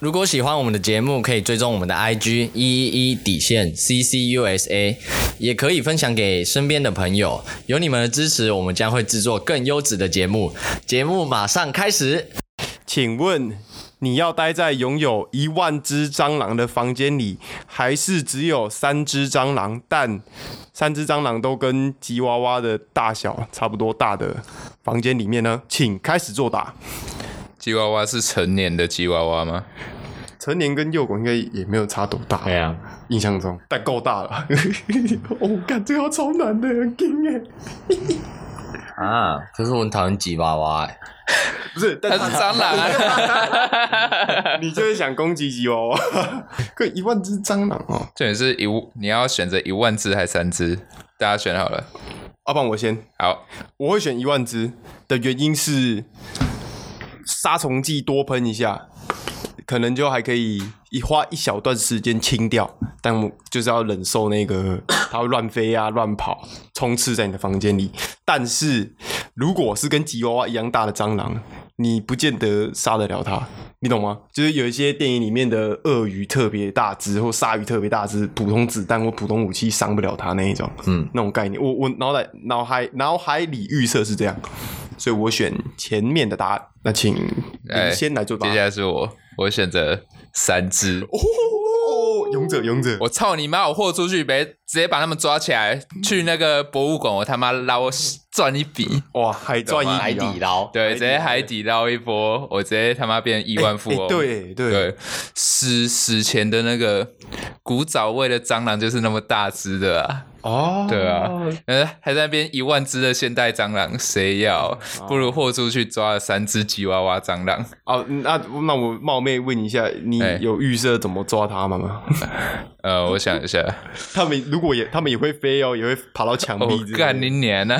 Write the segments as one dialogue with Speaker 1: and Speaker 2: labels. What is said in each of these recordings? Speaker 1: 如果喜欢我们的节目，可以追踪我们的 IG 一一一底线 CCUSA，也可以分享给身边的朋友。有你们的支持，我们将会制作更优质的节目。节目马上开始。
Speaker 2: 请问你要待在拥有一万只蟑螂的房间里，还是只有三只蟑螂，但三只蟑螂都跟吉娃娃的大小差不多大的房间里面呢？请开始作答。
Speaker 3: 吉娃娃是成年的吉娃娃 吗？
Speaker 2: 成年跟幼狗应该也没有差多大，
Speaker 4: 对啊，
Speaker 2: 印象中，但够大了。 哦，干这个超难的，很硬哎。
Speaker 1: 啊，可是我很讨厌吉娃娃、欸，
Speaker 2: 不是，但
Speaker 3: 它是蟑螂啊！
Speaker 2: 你就是想攻击吉 娃娃，可一万只蟑螂哦。
Speaker 3: 重点是一物，你要选择一万只还是三只？大家选好了。
Speaker 2: 阿啊棒，我先，
Speaker 3: 好，
Speaker 2: 我会选一万只的原因是，杀虫剂多喷一下，可能就还可以一花一小段时间清掉，但我就是要忍受那个它会乱飞啊、乱跑、冲刺在你的房间里。但是如果是跟吉娃娃一样大的蟑螂，你不见得杀得了它，你懂吗？就是有一些电影里面的鳄鱼特别大只，或鲨鱼特别大只，普通子弹或普通武器伤不了它那一种。那种概念。我我脑袋脑海脑海里预设是这样，所以我选前面的答案。那请
Speaker 3: 哎
Speaker 2: 你先来做答
Speaker 3: 接
Speaker 2: 案。
Speaker 3: 下来是我，我选择三只。
Speaker 2: 哦，勇者勇者，
Speaker 3: 我操你妈！我豁出去呗，直接把他们抓起来，去那个博物馆，我他妈捞赚一笔。哎
Speaker 2: 哇，海赚一
Speaker 1: 海
Speaker 2: 笔啊
Speaker 1: 底 捞。
Speaker 3: 对，直接海底捞一波，我直接他妈变亿万富翁。
Speaker 2: 哎对对
Speaker 3: 哦对，史史前的那个古早味的蟑螂就是那么大只的啊，
Speaker 2: 哦，
Speaker 3: 对啊，呃，还在那边一万只的现代蟑螂，谁要？
Speaker 1: 嗯哦
Speaker 3: 不如豁出去抓了三只吉娃娃蟑螂，
Speaker 2: 哦，那那我冒昧问一下，你
Speaker 3: 哎
Speaker 2: 有预设怎么抓他们吗？
Speaker 3: 呃，我想一下，
Speaker 2: 他们如果也他们也会飞哦，也会爬到墙
Speaker 3: 我、
Speaker 2: 壁之类的
Speaker 3: 哦干你娘 啊呢、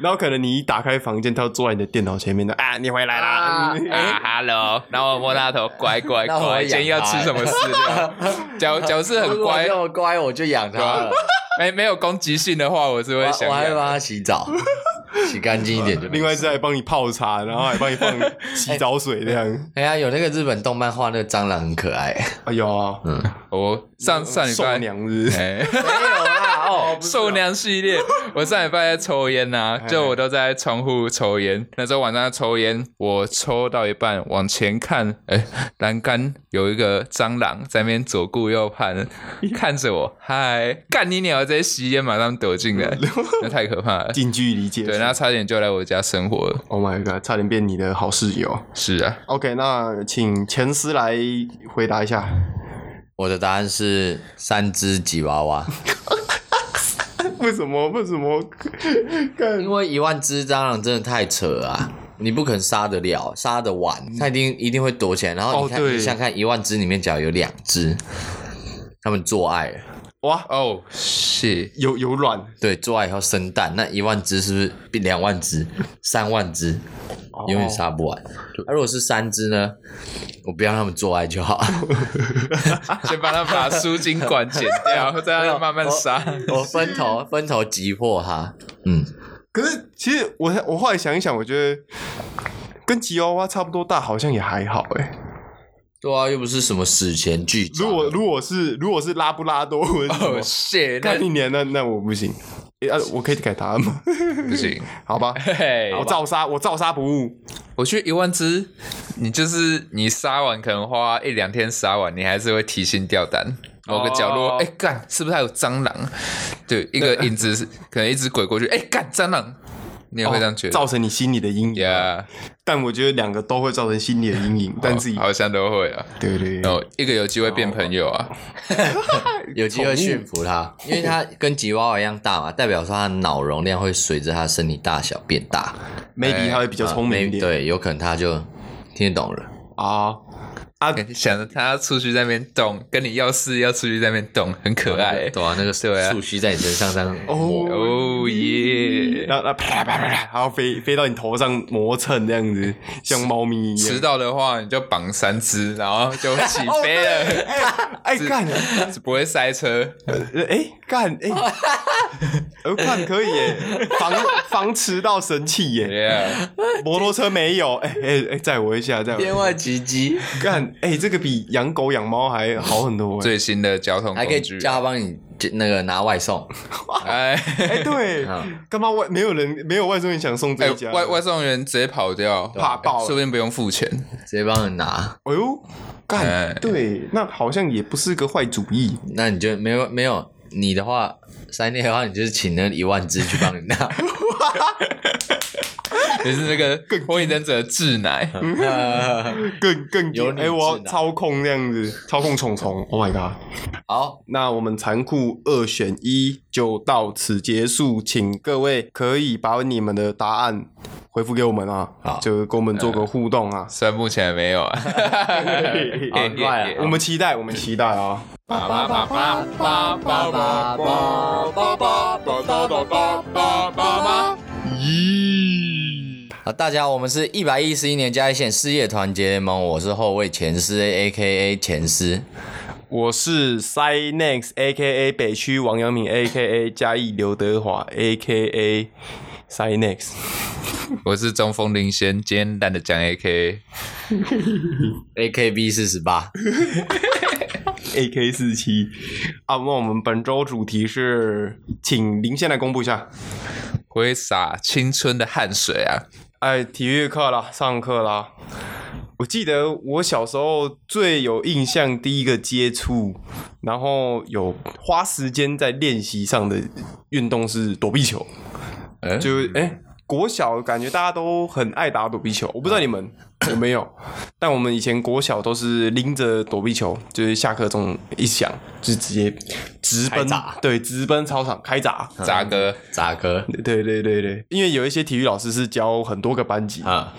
Speaker 2: 然后可能你一打开房间，他就坐在你的电脑前面的啊，你回来啦，嗯
Speaker 3: 啊，Hello，然后我摸他的头，乖乖
Speaker 1: 那我
Speaker 3: 乖，
Speaker 1: 养
Speaker 3: 今天要吃什么饲料？ 假如假如是很
Speaker 1: 如果
Speaker 3: 乖
Speaker 1: 这，么乖，我就养它了。
Speaker 3: 没没有攻击性的话，我 是
Speaker 1: 我
Speaker 3: 会想
Speaker 1: 我还会
Speaker 3: 养
Speaker 1: 帮它洗 澡，洗干净一点就没事。
Speaker 2: 另外一只还帮你泡茶，然后还帮你放 洗澡水这样。
Speaker 1: 哎呀，有那个日本动漫画那个蟑螂很可爱。
Speaker 2: 哎呦，嗯
Speaker 3: 我哦上上礼
Speaker 2: 受
Speaker 3: 拜，
Speaker 2: 娘是不是
Speaker 3: 哎，
Speaker 1: 没有啦，哦，
Speaker 3: 受娘系 列，我上礼拜在抽烟呐、
Speaker 2: 哎
Speaker 3: 就我都在窗户抽烟。那时候晚上在抽烟，我抽到一半往前看，哎、栏杆有一个蟑螂在那边左顾右 盼，看着我，嗨，干你鸟！直接吸烟马上躲 进来，那太可怕了。
Speaker 2: 近距离接触。
Speaker 3: 对，那差点就来我家生活了。
Speaker 2: Oh my god，差点变你的好室友。
Speaker 3: 是啊，
Speaker 2: OK，那请前司来回答一下。
Speaker 1: 我的答案是三只吉娃娃，
Speaker 2: 为什么？为什么？看
Speaker 1: 因为一万只蟑螂真的太扯了啊。你不肯杀得了，杀得完，它一定一定会躲起来。然后你
Speaker 2: 嗯哦
Speaker 1: 看，
Speaker 2: 对
Speaker 1: 你想看一万只里面，假如有两只，它们做爱了，
Speaker 2: 哇，
Speaker 3: 哦，是
Speaker 2: 有有卵
Speaker 1: 对，做爱以后生蛋，那一万只是不是比两万只、三万只
Speaker 2: 哦
Speaker 1: 永远杀不完？那、如果是三只呢？我不要让它们做爱就 好。
Speaker 2: 啊
Speaker 3: 先把他把输精管剪 掉，再让他慢慢杀。
Speaker 1: 我分头分头击破它。嗯，
Speaker 2: 可是其实我我后来想一想，我觉得跟吉娃娃差不多大，好像也还好哎、
Speaker 1: 对啊，又不是什么史前巨
Speaker 2: 如
Speaker 1: 匠。
Speaker 2: 果如果是如果是拉布拉多，我
Speaker 3: 哦，谢，那
Speaker 2: 看一年那那我不行。诶啊，我可以改答案 吗？
Speaker 3: 不 行。
Speaker 2: 好吧，
Speaker 3: 嘿嘿，
Speaker 2: 我照杀，我照杀不误。
Speaker 3: 我去一万只，你就是你杀完可能花一两天杀完，你还是会提心吊胆。某个角落，
Speaker 2: 哦
Speaker 3: 哎、干，是不是还有蟑螂？对，一个影 子是可能一只鬼过去，哎、干蟑螂，你也会这样觉得？
Speaker 2: 哦造成你心里的阴影。
Speaker 3: 呀，
Speaker 2: 但我觉得两个都会造成心理的阴影，但自己
Speaker 3: 哦好像都会啊。
Speaker 2: 对对
Speaker 3: 然
Speaker 2: 对，
Speaker 3: 后一个有机会变朋友啊，
Speaker 1: 有机会驯服它，因为它跟吉娃娃一样大嘛，代表说它的脑容量会随着它的身体大小变大。
Speaker 3: 哎
Speaker 2: maybe 他会比较聪明一
Speaker 3: 啊
Speaker 2: 点。
Speaker 1: 对，有可能它就听得懂了。
Speaker 2: 啊，
Speaker 3: 想着他出去在那边动，跟你要事要出去在那边动，很可爱、
Speaker 1: 对啊，那个
Speaker 3: 对啊
Speaker 1: 树须在你身上这样
Speaker 2: 哦
Speaker 1: 哦，
Speaker 3: 哦耶！
Speaker 2: 那那啪啪啪啪，然后飞飞到你头上磨蹭这样子，像猫咪一
Speaker 3: 迟
Speaker 2: 样。
Speaker 3: 到的话，你就绑三只，
Speaker 2: Oh，
Speaker 3: 然后就起飞了，
Speaker 2: 哎干，
Speaker 3: 只不会塞车。
Speaker 2: 呃哎，干哎，我看可以耶，防防迟到神器耶，
Speaker 3: Yeah，
Speaker 2: 摩托车没有，哎哎哎，载我一下，载我一
Speaker 5: 电
Speaker 2: 下，
Speaker 5: 话狙击，
Speaker 2: 干哎，这个比养狗养猫还好很多哎，
Speaker 3: 最新的交通
Speaker 5: 还可以
Speaker 3: 工具。
Speaker 5: 叫他帮你那个拿外送，
Speaker 3: 哎
Speaker 2: 哎 对
Speaker 5: 嗯，
Speaker 2: 干嘛外没有人没有外送员想送这
Speaker 3: 啊哎
Speaker 2: 一家，，
Speaker 3: 外外送员直接跑掉，哎
Speaker 2: 怕爆
Speaker 3: 说
Speaker 2: 了，
Speaker 3: 不定不用 付钱。
Speaker 5: 直接帮你拿，
Speaker 2: 哎呦，
Speaker 3: 哎
Speaker 2: 干对，那好像也不是个坏主意，
Speaker 5: 那你就没有没有你的话，三天的话，你就是请那一万只去帮 你拿，
Speaker 3: 也是那个火影忍者的智乃，
Speaker 2: 更更
Speaker 5: 有理
Speaker 2: 哎，我要
Speaker 5: 智囊
Speaker 2: 操控这样子，操控虫虫，Oh my god！
Speaker 5: 好，
Speaker 2: 那我们残酷二选一就到此结束，请各位可以把你们的答案回复给我们啊
Speaker 5: 好，
Speaker 2: 就跟我们做个互动啊。
Speaker 3: 虽然目前还没有 啊。
Speaker 5: 好很快啊
Speaker 2: 我们期待，我们期待啊！
Speaker 5: 爸爸爸爸爸
Speaker 3: 咦，
Speaker 5: 好，大家，我们是一百一十一年嘉义县事业团结联盟，我是后卫前师 A K A 前师，
Speaker 2: 我是 Cynex A K A 北区王阳明 A K A 嘉义刘德华 A K A Cynex。
Speaker 3: 我是中锋领先，今天懒得讲 AK。
Speaker 5: AKB 四十八，
Speaker 2: A K 四七啊，那我们本周主题是，请您先来公布一下。
Speaker 3: 挥洒青春的汗水啊！
Speaker 2: 哎，体育课啦，上课啦。我记得我小时候最有印象，第一个接触，然后有花时间在练习上的运动是躲避球，
Speaker 5: 嗯
Speaker 2: 就哎、国小感觉大家都很爱打躲避球，我不知道你们有没有，但我们以前国小都是拎着躲避球，就是下课钟一响就直接直
Speaker 5: 开
Speaker 2: 奔
Speaker 5: 砸，
Speaker 2: 对，直奔操场开砸。
Speaker 3: 渣哥，
Speaker 5: 咋哥
Speaker 2: 对对对对，因为有一些体育老师是教很多个班级，
Speaker 5: 啊？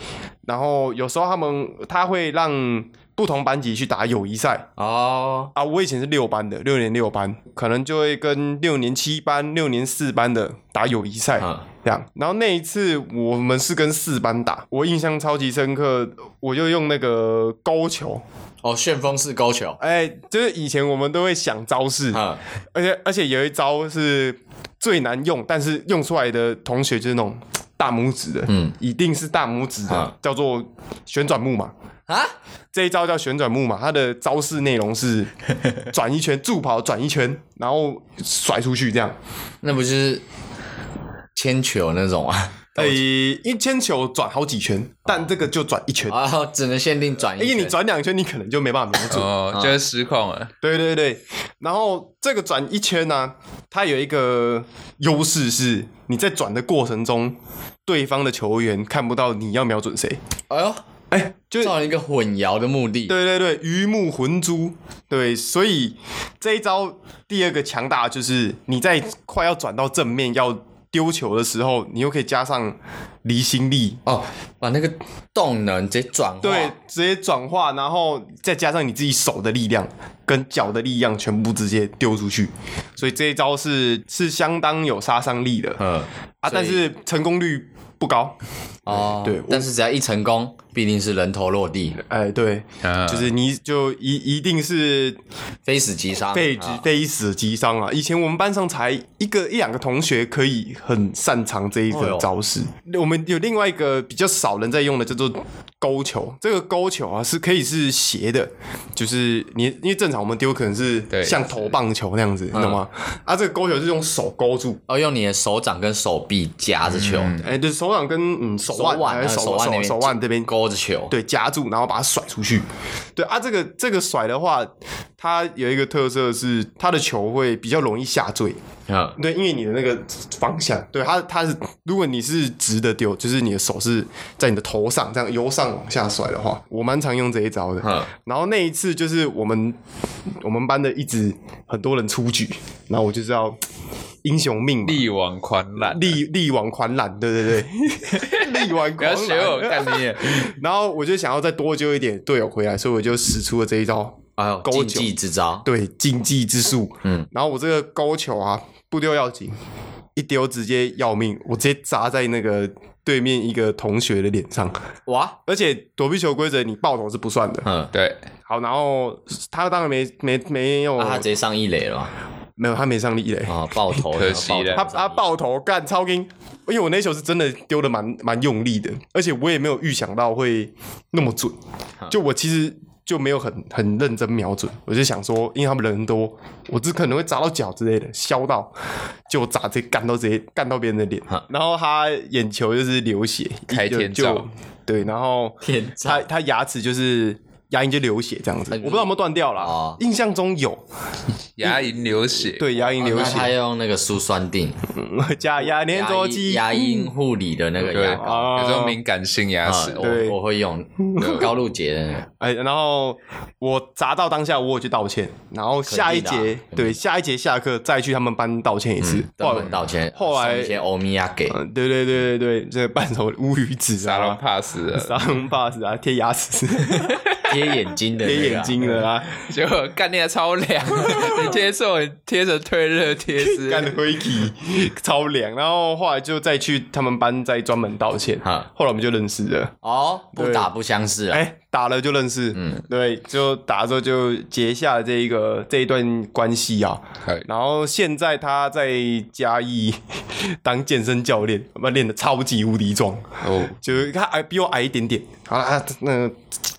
Speaker 2: 然后有时候他们他会让不同班级去打友谊赛
Speaker 5: 哦，
Speaker 2: 啊。我以前是六班的，六年六班，可能就会跟六年七班、六年四班的打友谊赛、
Speaker 5: 嗯
Speaker 2: 这样。然后那一次我们是跟四班打，我印象超级深刻，我就用那个勾球，
Speaker 5: 哦，旋风式勾球，
Speaker 2: 哎，就是以前我们都会想招式，
Speaker 5: 嗯，
Speaker 2: 而且而且有一招是最难用，但是用出来的同学就是那种大拇指的，
Speaker 5: 嗯
Speaker 2: 一定是大拇指的，
Speaker 5: 啊
Speaker 2: 叫做旋转木马。
Speaker 5: 啊，
Speaker 2: 这一招叫旋转木马，它的招式内 容是转一圈，助跑转一圈，然后甩出去这样。
Speaker 5: 那不就是铅球那种啊？
Speaker 2: 诶、哎一铅球转好几圈，但这个就转一圈，哎
Speaker 5: 啊，只能限定转一
Speaker 2: 因为
Speaker 5: 圈，
Speaker 2: 你转两圈，你可能就没办法瞄 准。
Speaker 3: 哦，就是失控了。
Speaker 2: 对对对，然后这个转一圈呢、它有一个优势是，你在转的过程中，对方的球员看不到你要瞄准谁。
Speaker 5: 哎呦，
Speaker 2: 哎，就是
Speaker 5: 造成一个混淆的目的。，
Speaker 2: 对对对，鱼目混珠。对，所以这一招第二个强大就是你在快要转到正面要丢球的时候，你又可以加上离心力，
Speaker 5: 哦，把那个动能直接转化，
Speaker 2: 对，直接转化，然后再加上你自己手的力量跟脚的力量，全部直接丢出去。所以这一招是是相当有杀伤力的
Speaker 5: 嗯，
Speaker 2: 啊，但是成功率不高。
Speaker 5: 哦，
Speaker 2: 对我
Speaker 5: 但是只要一成功，必定是人头落地，
Speaker 2: 哎，对，
Speaker 3: 嗯
Speaker 2: 就是你就一一定是
Speaker 5: 非死即伤。
Speaker 2: 被
Speaker 5: 啊
Speaker 2: 被一死击伤啊！以前我们班上才一个一两个同学可以很擅长这一
Speaker 5: 哦哟
Speaker 2: 个招式。我们有另外一个比较少人在用的叫做勾球，这个勾球啊是可以是斜的，就是你因为正常我们丢可能是
Speaker 3: 对
Speaker 2: 像投棒球那样子，你懂吗？
Speaker 5: 嗯
Speaker 2: 啊，这个勾球是用手勾住，
Speaker 5: 哦，用你的手掌跟手臂夹着球，
Speaker 2: 哎，就是手掌跟嗯手
Speaker 5: 手
Speaker 2: 腕
Speaker 5: 腕
Speaker 2: 还
Speaker 5: 啊
Speaker 2: 是手
Speaker 5: 手腕那
Speaker 2: 手
Speaker 5: 边
Speaker 2: 手腕这边
Speaker 5: 勾着球，，
Speaker 2: 对，夹住，然后把它甩出去。对啊，这个这个甩的话，它有一个特色是它的球会比较容易下坠。
Speaker 5: 嗯，
Speaker 2: 对，因为你的那个方向，对它它是，如果你是直的丢，就是你的手是在你的头上这样由上往下甩的话，我蛮常用这一招的。
Speaker 5: 嗯
Speaker 2: 然后那一次就是我们我们班的一直很多人出局，然后我就是要英雄命嘛，
Speaker 3: 力挽狂澜，
Speaker 2: 力力挽狂澜，对对 对，力挽
Speaker 3: 不
Speaker 2: 狂
Speaker 3: 要
Speaker 2: 澜。
Speaker 3: 学我，干 你啊也！
Speaker 2: 然后我就想要再多揪一点队友回来，所以我就使出了这一招，
Speaker 5: 哎
Speaker 1: 啊
Speaker 5: 呦，
Speaker 2: 勾
Speaker 5: 竞
Speaker 2: 球
Speaker 5: 技之招，
Speaker 2: 对竞技之术。
Speaker 5: 嗯，
Speaker 2: 然后我这个勾球啊，不丢要紧，一丢直接要命，我直接砸在那个对面一个同学的脸上。
Speaker 5: 哇，
Speaker 2: 而且躲避球规则，你爆头是不算的。
Speaker 5: 嗯，
Speaker 3: 对，
Speaker 2: 好，然后他当然没没没有，
Speaker 5: 那他直接上一垒了嘛，
Speaker 2: 没有，他没上力嘞。
Speaker 1: 啊，爆头，
Speaker 3: 可惜了
Speaker 2: 他他爆头干超硬，因为我那球是真的丢的蛮蛮用力的，而且我也没有预想到会那么准。就我其实就没有很很认真瞄准，我就想说，因为他们人多，我只可能会砸到脚之类的，削到，就砸直接干到直接干到别人的脸
Speaker 1: 哈，
Speaker 2: 然后他眼球就是流血，
Speaker 3: 开
Speaker 2: 就
Speaker 3: 天
Speaker 2: 就
Speaker 3: 照
Speaker 2: 对，然后
Speaker 1: 天照
Speaker 2: 他他牙齿就是。牙龈就流血这样子，
Speaker 1: 哎
Speaker 2: 我不知道有没有断掉啦。
Speaker 1: 哦
Speaker 2: 印象中有，
Speaker 3: 牙龈流血，，
Speaker 2: 对，牙龈流
Speaker 1: 那他
Speaker 2: 血，
Speaker 1: 用那个苏酸定，
Speaker 2: 加牙粘
Speaker 1: 哦牙
Speaker 2: 着
Speaker 1: 医
Speaker 2: 剂，
Speaker 1: 牙龈护理的那个
Speaker 3: 对，
Speaker 1: 牙膏
Speaker 2: 膏
Speaker 3: 有时候敏感性牙
Speaker 1: 啊
Speaker 3: 齿，
Speaker 2: 对
Speaker 1: 我我会用 高露洁的那个，
Speaker 2: 哎，然后我砸到当下，我有去道歉，然后下一
Speaker 1: 肯定的
Speaker 2: 节
Speaker 1: 啊
Speaker 2: 对下一节下课再去他们班道歉一次。
Speaker 1: 专
Speaker 2: 哇，
Speaker 1: 门道歉，哦
Speaker 2: 后来
Speaker 1: 送一些欧米亚给，
Speaker 2: 嗯，对对对对对，这半手乌鱼子
Speaker 3: 沙龙
Speaker 2: 啊，
Speaker 3: 怕死了，
Speaker 2: 沙龙 pass 啊，贴牙齿、
Speaker 1: 贴眼睛的那个啊，
Speaker 2: 贴眼睛的啊，
Speaker 3: 结果干练 超凉，你贴错，你贴着退热贴之类
Speaker 2: 干
Speaker 3: 的
Speaker 2: 的灰体超凉。然后后来就再去他们班再专门道歉。
Speaker 1: 哈
Speaker 2: 后来我们就认识了，
Speaker 1: 哦，不
Speaker 2: 对
Speaker 1: 打不相识啊，
Speaker 2: 哎，打了就认识，嗯，对，就打了之后就结下了这一个这一段关系啊。
Speaker 3: 哎
Speaker 2: 然后现在他在嘉义当健身教练，他练的超级无敌壮，
Speaker 3: 哦，
Speaker 2: 就是他矮比我矮一点点，啊，他那个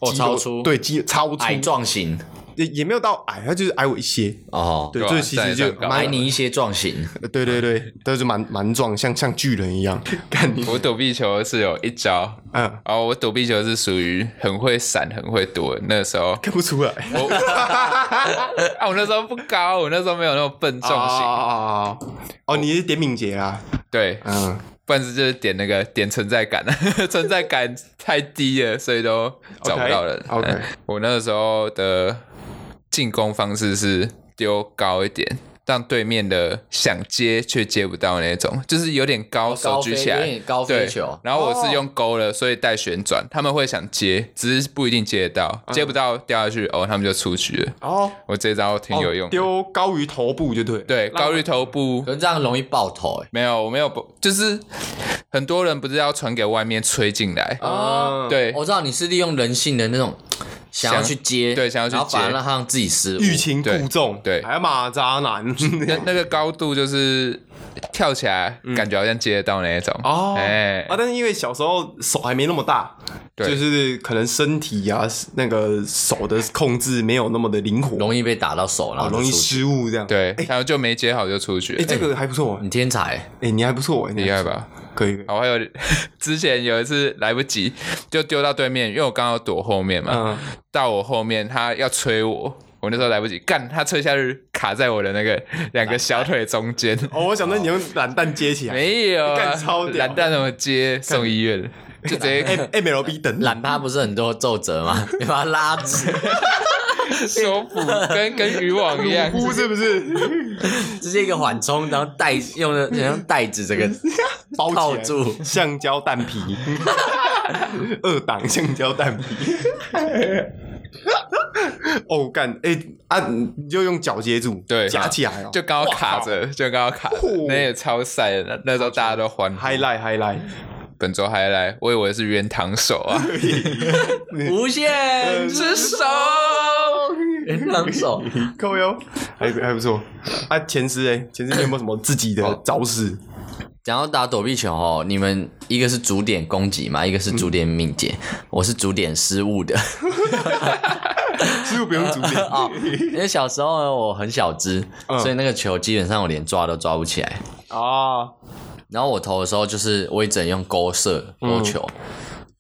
Speaker 1: 哦
Speaker 2: 肌
Speaker 1: 超
Speaker 2: 肉
Speaker 1: 粗
Speaker 2: 对肌超粗，
Speaker 1: 矮壮型
Speaker 2: 也也没有到矮，他就是矮我一些，
Speaker 1: 哦，
Speaker 2: 对，
Speaker 3: 对啊
Speaker 2: 就是其实
Speaker 3: 站
Speaker 2: 就
Speaker 3: 也站高
Speaker 1: 买
Speaker 2: 蛮，
Speaker 1: 你一些壮型，
Speaker 2: 对对对，但是蛮蛮壮，像像巨人一样，干你，
Speaker 3: 我躲避球是有一招，
Speaker 2: 嗯，
Speaker 3: 然后我躲避球是属于很会闪、很会躲的，那时候
Speaker 2: 看不出来，
Speaker 3: 我啊，我那时候不高，我那时候没有那种笨重型，
Speaker 2: 啊，哦，你是点敏捷啊，
Speaker 3: 对，
Speaker 2: 嗯，
Speaker 3: 不然就是点那个点存在感， 存在感太低了，所以都找不到人。
Speaker 2: OK，OK
Speaker 3: 嗯我那个时候的进攻方式是丢高一点。让对面的想接却接不到那种，就是有点高
Speaker 1: 哦
Speaker 3: 手
Speaker 1: 高
Speaker 3: 举
Speaker 1: 飞
Speaker 3: 起
Speaker 1: 有
Speaker 3: 来，
Speaker 1: 点高飞
Speaker 3: 对
Speaker 1: 球
Speaker 3: 然后我是用勾了，所以带旋转，他们会想接，只是不一定接得到，
Speaker 1: 嗯
Speaker 3: 接不到掉下去，哦，他们就出局了。
Speaker 2: 哦，
Speaker 3: 我这招挺有用的，
Speaker 2: 丢高于头部就对，
Speaker 3: 对高率头部
Speaker 1: 可是这样容易爆头哎，
Speaker 3: 没有，我没有不，就是很多人不是要传给外面吹进来，
Speaker 1: 嗯
Speaker 2: 啊，
Speaker 3: 对
Speaker 1: 我知道你是利用人性的那种想要去接，
Speaker 3: 对想要去
Speaker 1: 然后反而
Speaker 3: 接
Speaker 1: 让他让自己失误，
Speaker 2: 欲擒
Speaker 3: 对
Speaker 2: 故纵，
Speaker 3: 对
Speaker 2: 还马渣 男，
Speaker 3: 那那个高度就是跳起来，感觉好像接得到那一种。
Speaker 2: 哦，
Speaker 3: 哎
Speaker 2: 啊，但是因为小时候手还没那么大，
Speaker 3: 对
Speaker 2: 就是可能身体啊那个手的控制没有那么的灵活，
Speaker 1: 容易被打到手，然
Speaker 2: 啊
Speaker 1: 后
Speaker 2: 容易
Speaker 1: 就出去
Speaker 2: 失误这样。，
Speaker 3: 对，然后就没接好就出局
Speaker 2: 哎，
Speaker 3: 了，
Speaker 2: 这个还不错，
Speaker 1: 很天才，
Speaker 2: 哎，你还不错，你
Speaker 3: 嗯厉
Speaker 2: 还
Speaker 3: 害吧？
Speaker 2: 可以，可以
Speaker 3: 然后还有 之前有一次来不及，就丢到对面，因为我刚好躲后面嘛
Speaker 2: 嗯，
Speaker 3: 到我后面他要吹我，我那时候来不及，干他吹下去卡在我的那个两个小腿中间，
Speaker 2: 哦，我想到你用懒蛋接起来
Speaker 3: 没有啊
Speaker 2: 干超，屌
Speaker 3: 懒蛋怎么接送医院，就直接
Speaker 2: 哎，MLB 等
Speaker 1: 懒趴不是很多皱褶吗？ 你把它拉直，
Speaker 2: 哎
Speaker 3: 手捕跟跟渔网一样，
Speaker 2: 呼是不是？
Speaker 1: 直接一个缓冲，然后带用的像带子这个
Speaker 2: 包
Speaker 1: 套
Speaker 2: 起来
Speaker 1: 住，
Speaker 2: 橡胶蛋皮， 二档橡胶蛋皮。 哦，干，哎、啊，你就用脚接住，
Speaker 3: 对
Speaker 2: 夹起来哦，
Speaker 3: 就刚好卡着，就刚好卡着，那也超晒的。那那时候大家都欢呼。
Speaker 2: highlight highlight，
Speaker 3: 本周还来，我以为是原堂手啊，
Speaker 1: 无限
Speaker 3: 是 手。
Speaker 1: 人狼手，
Speaker 2: 够哟，还还不错。啊，前十哎，前十你有没有什么自己
Speaker 1: 哦
Speaker 2: 的招式？
Speaker 1: 讲到打躲避球哦，你们一个是主点攻击嘛，一个是主点敏捷，我是主点失误的
Speaker 2: 其实我不用 主点，
Speaker 1: 哦。因为小时候呢，我很小只，
Speaker 2: 嗯
Speaker 1: 所以那个球基本上我连抓都抓不起来。
Speaker 2: 啊，
Speaker 1: 然后我投的时候，就是我也只能用勾射勾球，
Speaker 2: 嗯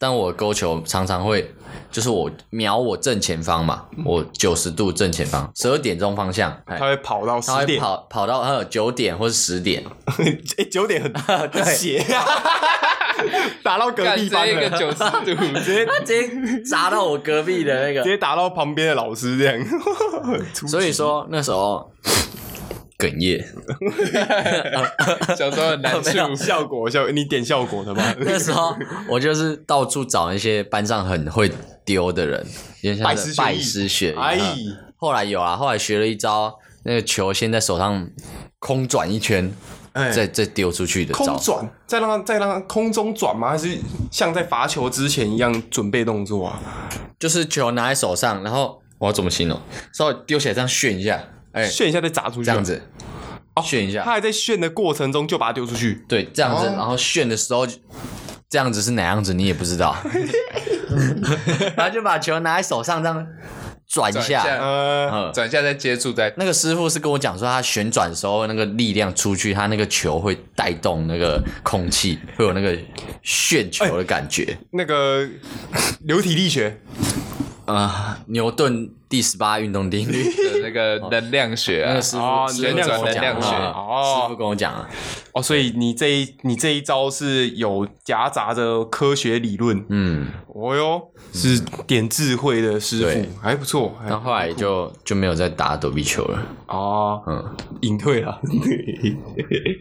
Speaker 1: 但我勾球常常会，就是我瞄我正前方嘛，我九十度正前方，十二点钟方向，哎
Speaker 2: 嗯他会跑到
Speaker 1: 它
Speaker 2: 十
Speaker 1: 会
Speaker 2: 点，
Speaker 1: 跑跑到呃九点或是十点，
Speaker 2: 哎，九点 很很斜，打到隔
Speaker 3: 干
Speaker 2: 壁
Speaker 3: 这
Speaker 2: 班
Speaker 3: 一个
Speaker 2: 了，
Speaker 3: 九十度，
Speaker 2: 直接
Speaker 1: 它直接 砸到我隔壁的那
Speaker 2: 直
Speaker 1: 个。
Speaker 2: 接打到旁边的老师这样， 出
Speaker 1: 所以说那时候哽咽，
Speaker 3: 小时候很难处
Speaker 1: 没。有
Speaker 2: 效果效，你点效果的吧？
Speaker 1: 那时候我就是到处找那些班上很会丢的人，有点像是
Speaker 2: 拜
Speaker 1: 拜
Speaker 2: 师
Speaker 1: 师学艺。
Speaker 2: 哎，
Speaker 1: 后来有啊，后来学了一招，那个球先在手上空转一圈，
Speaker 2: 哎
Speaker 1: 再再丢出去的
Speaker 2: 空
Speaker 1: 招。
Speaker 2: 转，再让它再让它空中转吗？还是像在罚球之前一样准备动作啊？
Speaker 1: 就是球拿在手上，然后我要怎么形容？稍微丢起来这样炫一下，哎、
Speaker 2: 炫一下再砸出去，
Speaker 1: 这
Speaker 2: 啊
Speaker 1: 样子，
Speaker 5: 炫一下
Speaker 2: 他还在炫的过程中就把它丢出去，
Speaker 1: 对，这样子，然后炫的时候就这样子是哪样子，你也不知道， 然后就把球拿在手上这样转一
Speaker 3: 转一
Speaker 1: 下
Speaker 3: 下。
Speaker 2: 呃，
Speaker 1: 嗯
Speaker 3: 转一下再接住再
Speaker 1: 那个师傅是跟我讲说，他旋转的时候那个力量出去，他那个球会带动那个空气，会有那个旋球的感觉。
Speaker 2: 那个流体力学，呃
Speaker 1: 啊、牛顿第十八运动定 律，
Speaker 3: 的那个能量学
Speaker 1: 那
Speaker 3: 啊
Speaker 1: 个，师
Speaker 2: 哦
Speaker 1: 傅师
Speaker 2: 能
Speaker 1: 傅
Speaker 2: 量
Speaker 1: 跟我
Speaker 2: 学
Speaker 1: 讲
Speaker 3: 能量学
Speaker 1: 啊
Speaker 2: 哦
Speaker 1: 师傅跟我讲啊，
Speaker 2: 哦，所以你这一你这一招是有夹杂着科学理论，
Speaker 1: 嗯，
Speaker 2: 哦哟，是点智慧的师
Speaker 1: 对哦
Speaker 2: 傅，还不错，还
Speaker 1: 然后后来
Speaker 2: 哎
Speaker 1: 就就没有再打躲避球了，
Speaker 2: 哦，
Speaker 1: 嗯，
Speaker 2: 隐退了，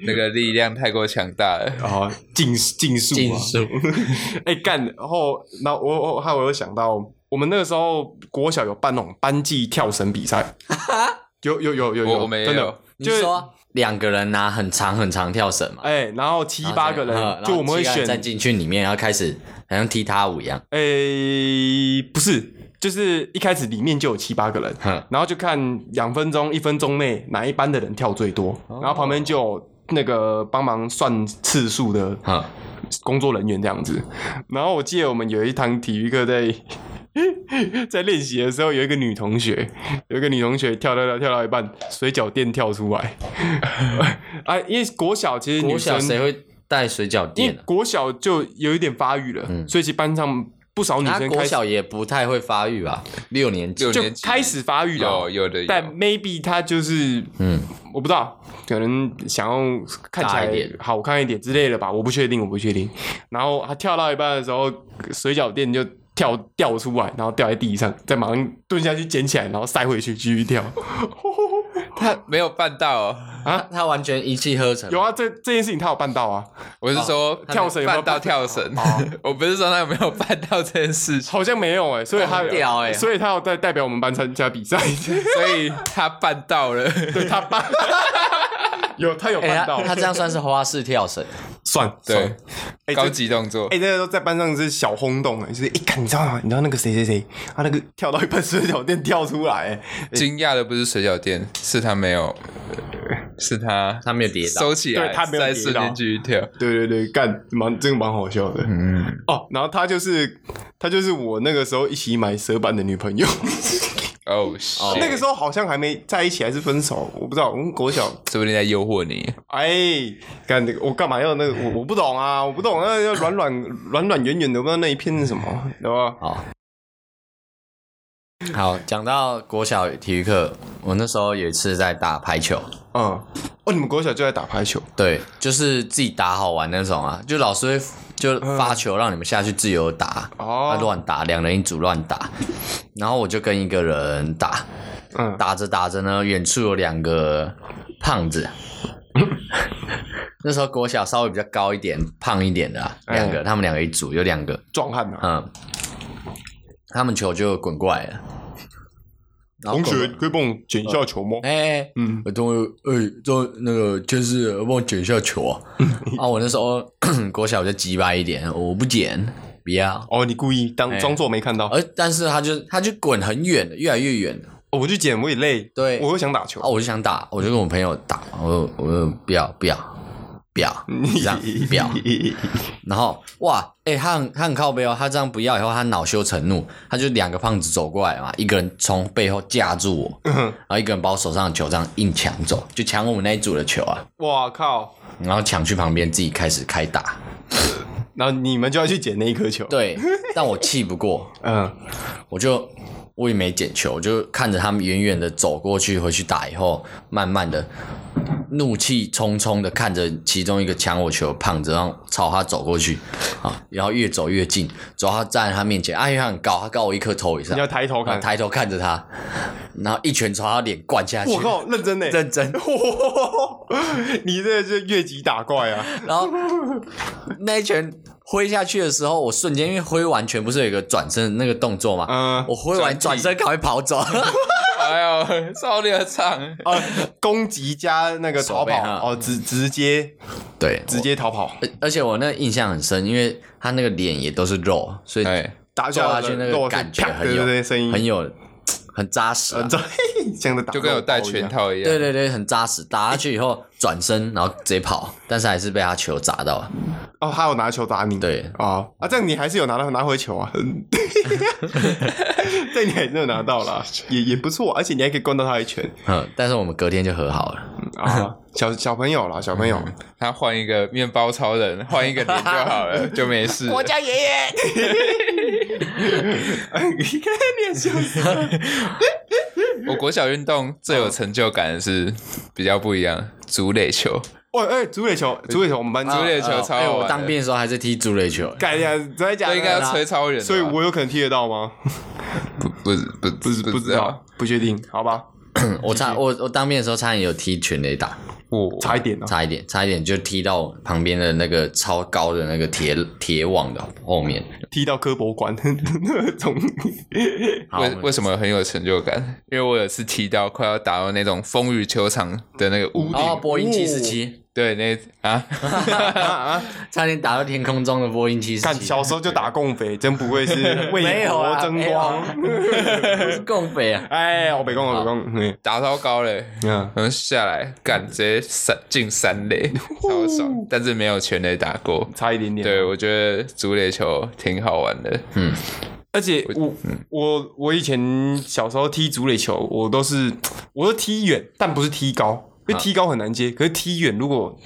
Speaker 3: 那个力量太过强大了。
Speaker 2: 啊，竞竞速 啊，
Speaker 1: 术，
Speaker 2: 哎、干，然后那我我还有想到，我们那个时候国小有办那种班级跳绳比赛，有有有有有，
Speaker 3: 我我们也
Speaker 2: 真的
Speaker 3: 有
Speaker 1: 你
Speaker 2: 就是
Speaker 1: 说两个人拿很长很长跳绳嘛，
Speaker 2: 哎、然后七八个
Speaker 1: 然后
Speaker 2: 人，
Speaker 1: 这样嗯
Speaker 2: 就我们会
Speaker 1: 然后七个人
Speaker 2: 选，
Speaker 1: 再进去里面，然后开始好像踢踏舞一样，
Speaker 2: 哎、不是，就是一开始里面就有七八个人，
Speaker 1: 哼，
Speaker 2: 然后就看两分钟、一分钟内哪一班的人跳最多，
Speaker 1: 哦
Speaker 2: 然后旁边就有那个帮忙算次数的
Speaker 1: 哼，
Speaker 2: 工作人员这样子。然后我记得我们有一堂体育课在 在练习的时候，有一个女同学，有一个女同学跳跳跳跳到一半，水饺店跳出来。 啊，因为国小其实女
Speaker 1: 国小
Speaker 2: 生，
Speaker 1: 谁会带水饺
Speaker 2: 因
Speaker 1: 垫
Speaker 2: 为
Speaker 1: 啊？
Speaker 2: 国小就有一点发育了，所以其实班上不少女
Speaker 1: 他
Speaker 2: 生
Speaker 1: 啊国
Speaker 2: 开始
Speaker 1: 小也不太会发育吧，六年级
Speaker 3: 六
Speaker 2: 就
Speaker 3: 年级哦
Speaker 2: 开始发育了
Speaker 3: 有。有的有，
Speaker 2: 但 maybe 她就是，嗯，我不知道，可能想要看起
Speaker 1: 大一
Speaker 2: 来
Speaker 1: 点
Speaker 2: 好看一点之类的吧，我不确定，我不确定。然后她跳到一半的时候，水饺店就跳掉出来，然后掉在地上，再马上蹲下去捡起来，然后塞回去继续跳。
Speaker 3: 他没有办到哦。
Speaker 1: 他他完全一气呵成，
Speaker 2: 有啊，这这件事情她有办到啊，
Speaker 3: 我是说
Speaker 2: 跳绳有没有办哦
Speaker 3: 办到跳绳， 我不是说他有没有办到这件事情，
Speaker 2: 好像没有哎、所以她
Speaker 1: 很屌欸
Speaker 2: 所以她要代代表我们班参加比赛，
Speaker 3: 所以他办到了。
Speaker 2: 对她办，有她有
Speaker 1: 哎、
Speaker 2: 办到
Speaker 1: 他，他这样算是花式跳绳，
Speaker 2: 算
Speaker 3: 对
Speaker 2: 算， 哎
Speaker 3: 高
Speaker 2: 这
Speaker 3: 级动作
Speaker 2: 哎、，那个时候在班上是小轰动哎、就是一看你知道吗？你知道那个谁谁谁，他那个跳到一半水饺店跳出来、欸，
Speaker 3: 惊讶的不是水饺店，是他没有，是他
Speaker 1: 他没有跌倒，
Speaker 3: 收起来，
Speaker 2: 对他没有
Speaker 3: 再
Speaker 2: 跌
Speaker 3: 瞬
Speaker 2: 倒
Speaker 3: 间继续跳。
Speaker 2: 对对对，干蛮真的蛮好笑的。嗯哦，然后他就是他就是我那个时候一起买蛇板的女朋友，
Speaker 3: 哦，
Speaker 2: 那个
Speaker 3: 是
Speaker 2: 时候好像还没在一起，还是分手，我不知道。我们国小，
Speaker 3: 说不定在诱惑你。
Speaker 2: 哎，干那个我干嘛要那个我我不懂啊，我不懂，那要软软软软圆圆的，我不知道那一片是什么，对吧？
Speaker 1: 好。好，讲到国小体育课，我那时候有一次在打排球，
Speaker 2: 嗯，哦，你们国小就在打排球，
Speaker 1: 对，就是自己打好玩那种啊，就老师会 f- 就发球让你们下去自由打，
Speaker 2: 嗯哦
Speaker 1: 啊乱打，两人一组乱打，然后我就跟一个人打，
Speaker 2: 嗯，
Speaker 1: 打着打着呢，远处有两个胖子。 那时候国小稍微比较高一点、胖一点的、啊、
Speaker 2: 哎
Speaker 1: 两个，他们两个一组，有两个，
Speaker 2: 壮汉啊，
Speaker 1: 嗯，他们球就滚过来了。然后
Speaker 2: 同
Speaker 1: 滚
Speaker 2: 学可以帮我捡一下球吗？
Speaker 1: 哎、嗯，我同学，哎、这那个就是帮我捡一下球 啊！啊，我那时候 国小我就鸡巴一点，我不捡，不要。
Speaker 2: 哦，你故意
Speaker 1: 哎
Speaker 2: 当装作没看到。
Speaker 1: 而但是他就他就滚很远，越来越远。
Speaker 2: 哦我去捡，我也累，
Speaker 1: 对
Speaker 2: 我又想打球
Speaker 1: 啊，。我就想打，我就跟我朋友打，我我就不要不要不要这样不要。然后哇，哎、他很他很靠背哦，他这样不要以后，他恼羞成怒，他就两个胖子走过来嘛，一个人从背后架住我，然后一个人把我手上的球这样硬抢走，就抢我们那一组的球啊。
Speaker 2: 哇靠！
Speaker 1: 然后抢去旁边自己开始开打。
Speaker 2: 然后你们就要去捡那一颗球。，
Speaker 1: 对，但我气不过，
Speaker 2: 嗯，
Speaker 1: 我就我也没捡球，我就看着他们远远的走过去，回去打以后，慢慢的怒气冲冲的看着其中一个抢我球的胖子，然后朝他走过去啊，然后越走越近，走到他站在他面前，啊，因为他很高，他高我一颗头以上
Speaker 2: 你要，抬头
Speaker 1: 然后
Speaker 2: 看。
Speaker 1: 抬头看着他，然后一拳朝他脸灌下去
Speaker 2: 我，靠，认真呢？
Speaker 1: 认真。
Speaker 2: 你这是越级打怪啊！
Speaker 1: 然后那一拳挥下去的时候，我瞬间因为挥完拳不是有一个转身的那个动作嘛，
Speaker 2: 嗯
Speaker 1: 我挥完转身赶快跑 走，
Speaker 3: 哎呦，超流畅！
Speaker 2: 啊，攻击加那个逃
Speaker 1: 手背哈
Speaker 2: 跑哦，直直接
Speaker 1: 对，
Speaker 2: 直接逃跑，
Speaker 1: 嗯我。而而且我那印象很深，因为他那个脸也都是肉，所以
Speaker 3: 哎，
Speaker 2: 打
Speaker 1: 坐下
Speaker 2: 下
Speaker 1: 去那
Speaker 2: 肉
Speaker 1: 个感觉
Speaker 2: 啪
Speaker 1: 很
Speaker 2: 对
Speaker 1: 有
Speaker 2: 对对，声音
Speaker 1: 很有很扎实、啊
Speaker 2: 呃，，这 像个打
Speaker 3: 就跟有
Speaker 2: 肉包
Speaker 3: 戴
Speaker 2: 一
Speaker 3: 拳
Speaker 2: 样，
Speaker 3: 套一样。
Speaker 1: 对对对，很扎实，打下去以后转身然后直接跑，但是还是被他球砸到啊了。
Speaker 2: 哦，他有拿球打你，
Speaker 1: 对，
Speaker 2: 啊啊，这样你还是有拿到拿回球啊， 嗯这你还是有拿到啦，也也不错，而且你还可以灌到他一拳
Speaker 1: 嗯，但是我们隔天就和好了。
Speaker 2: 啊，小小朋友啦，小朋友，
Speaker 3: 他换一个面包超人，换一个脸就好了， 就没事了。
Speaker 1: 家爷爷，
Speaker 2: 你看你也笑死了，
Speaker 3: 我国小运动最有成就感的是比较不一样，足垒球。
Speaker 2: 哇，哎，竹垒球，竹垒球，我们班
Speaker 3: 竹垒球超好玩
Speaker 1: 哎，
Speaker 3: 的
Speaker 1: 我当兵的时候还在踢足垒球，
Speaker 2: 改一下，真的假
Speaker 3: 这
Speaker 2: 的？
Speaker 3: 应该要吹超远的吧，
Speaker 2: 所以我有可能踢得到吗？
Speaker 3: 不是不不
Speaker 2: 不是不知，道，不确定，好吧，
Speaker 1: 嗯我差我我当兵的时候差点有踢全垒打，
Speaker 3: 我
Speaker 2: 差一点哦。
Speaker 1: 差一点差一点就踢到旁边的那个超高的那个铁铁网的后面。
Speaker 2: 踢到科博馆 那种，
Speaker 1: 好，
Speaker 3: 为为什么很有成就感？ 因为我有次踢到快要打到那种风雨球场的那个屋顶，
Speaker 1: 哦，波音七四七，
Speaker 3: 对，那啊，
Speaker 1: 差点打到天空中的波音七四
Speaker 2: 看
Speaker 1: 七，
Speaker 2: 小时候就打共匪，真不愧是
Speaker 1: 没
Speaker 2: 为
Speaker 1: 有
Speaker 2: 国
Speaker 1: 啊，
Speaker 2: 争
Speaker 1: 没有
Speaker 2: 光
Speaker 1: 啊。不是共匪啊。
Speaker 2: 哎，我北贡，我北贡，嗯
Speaker 3: 打超高嘞，
Speaker 2: 嗯，
Speaker 3: 然后下来干直接三进三 垒，超爽，但是没有全垒打过。
Speaker 2: 差一点点。
Speaker 3: 对，，我觉得足垒球挺好玩的，
Speaker 2: 而且我我我以前小时候踢足垒球，我都是我都踢远，但不是踢高，因为踢高很难接。可是踢远，如果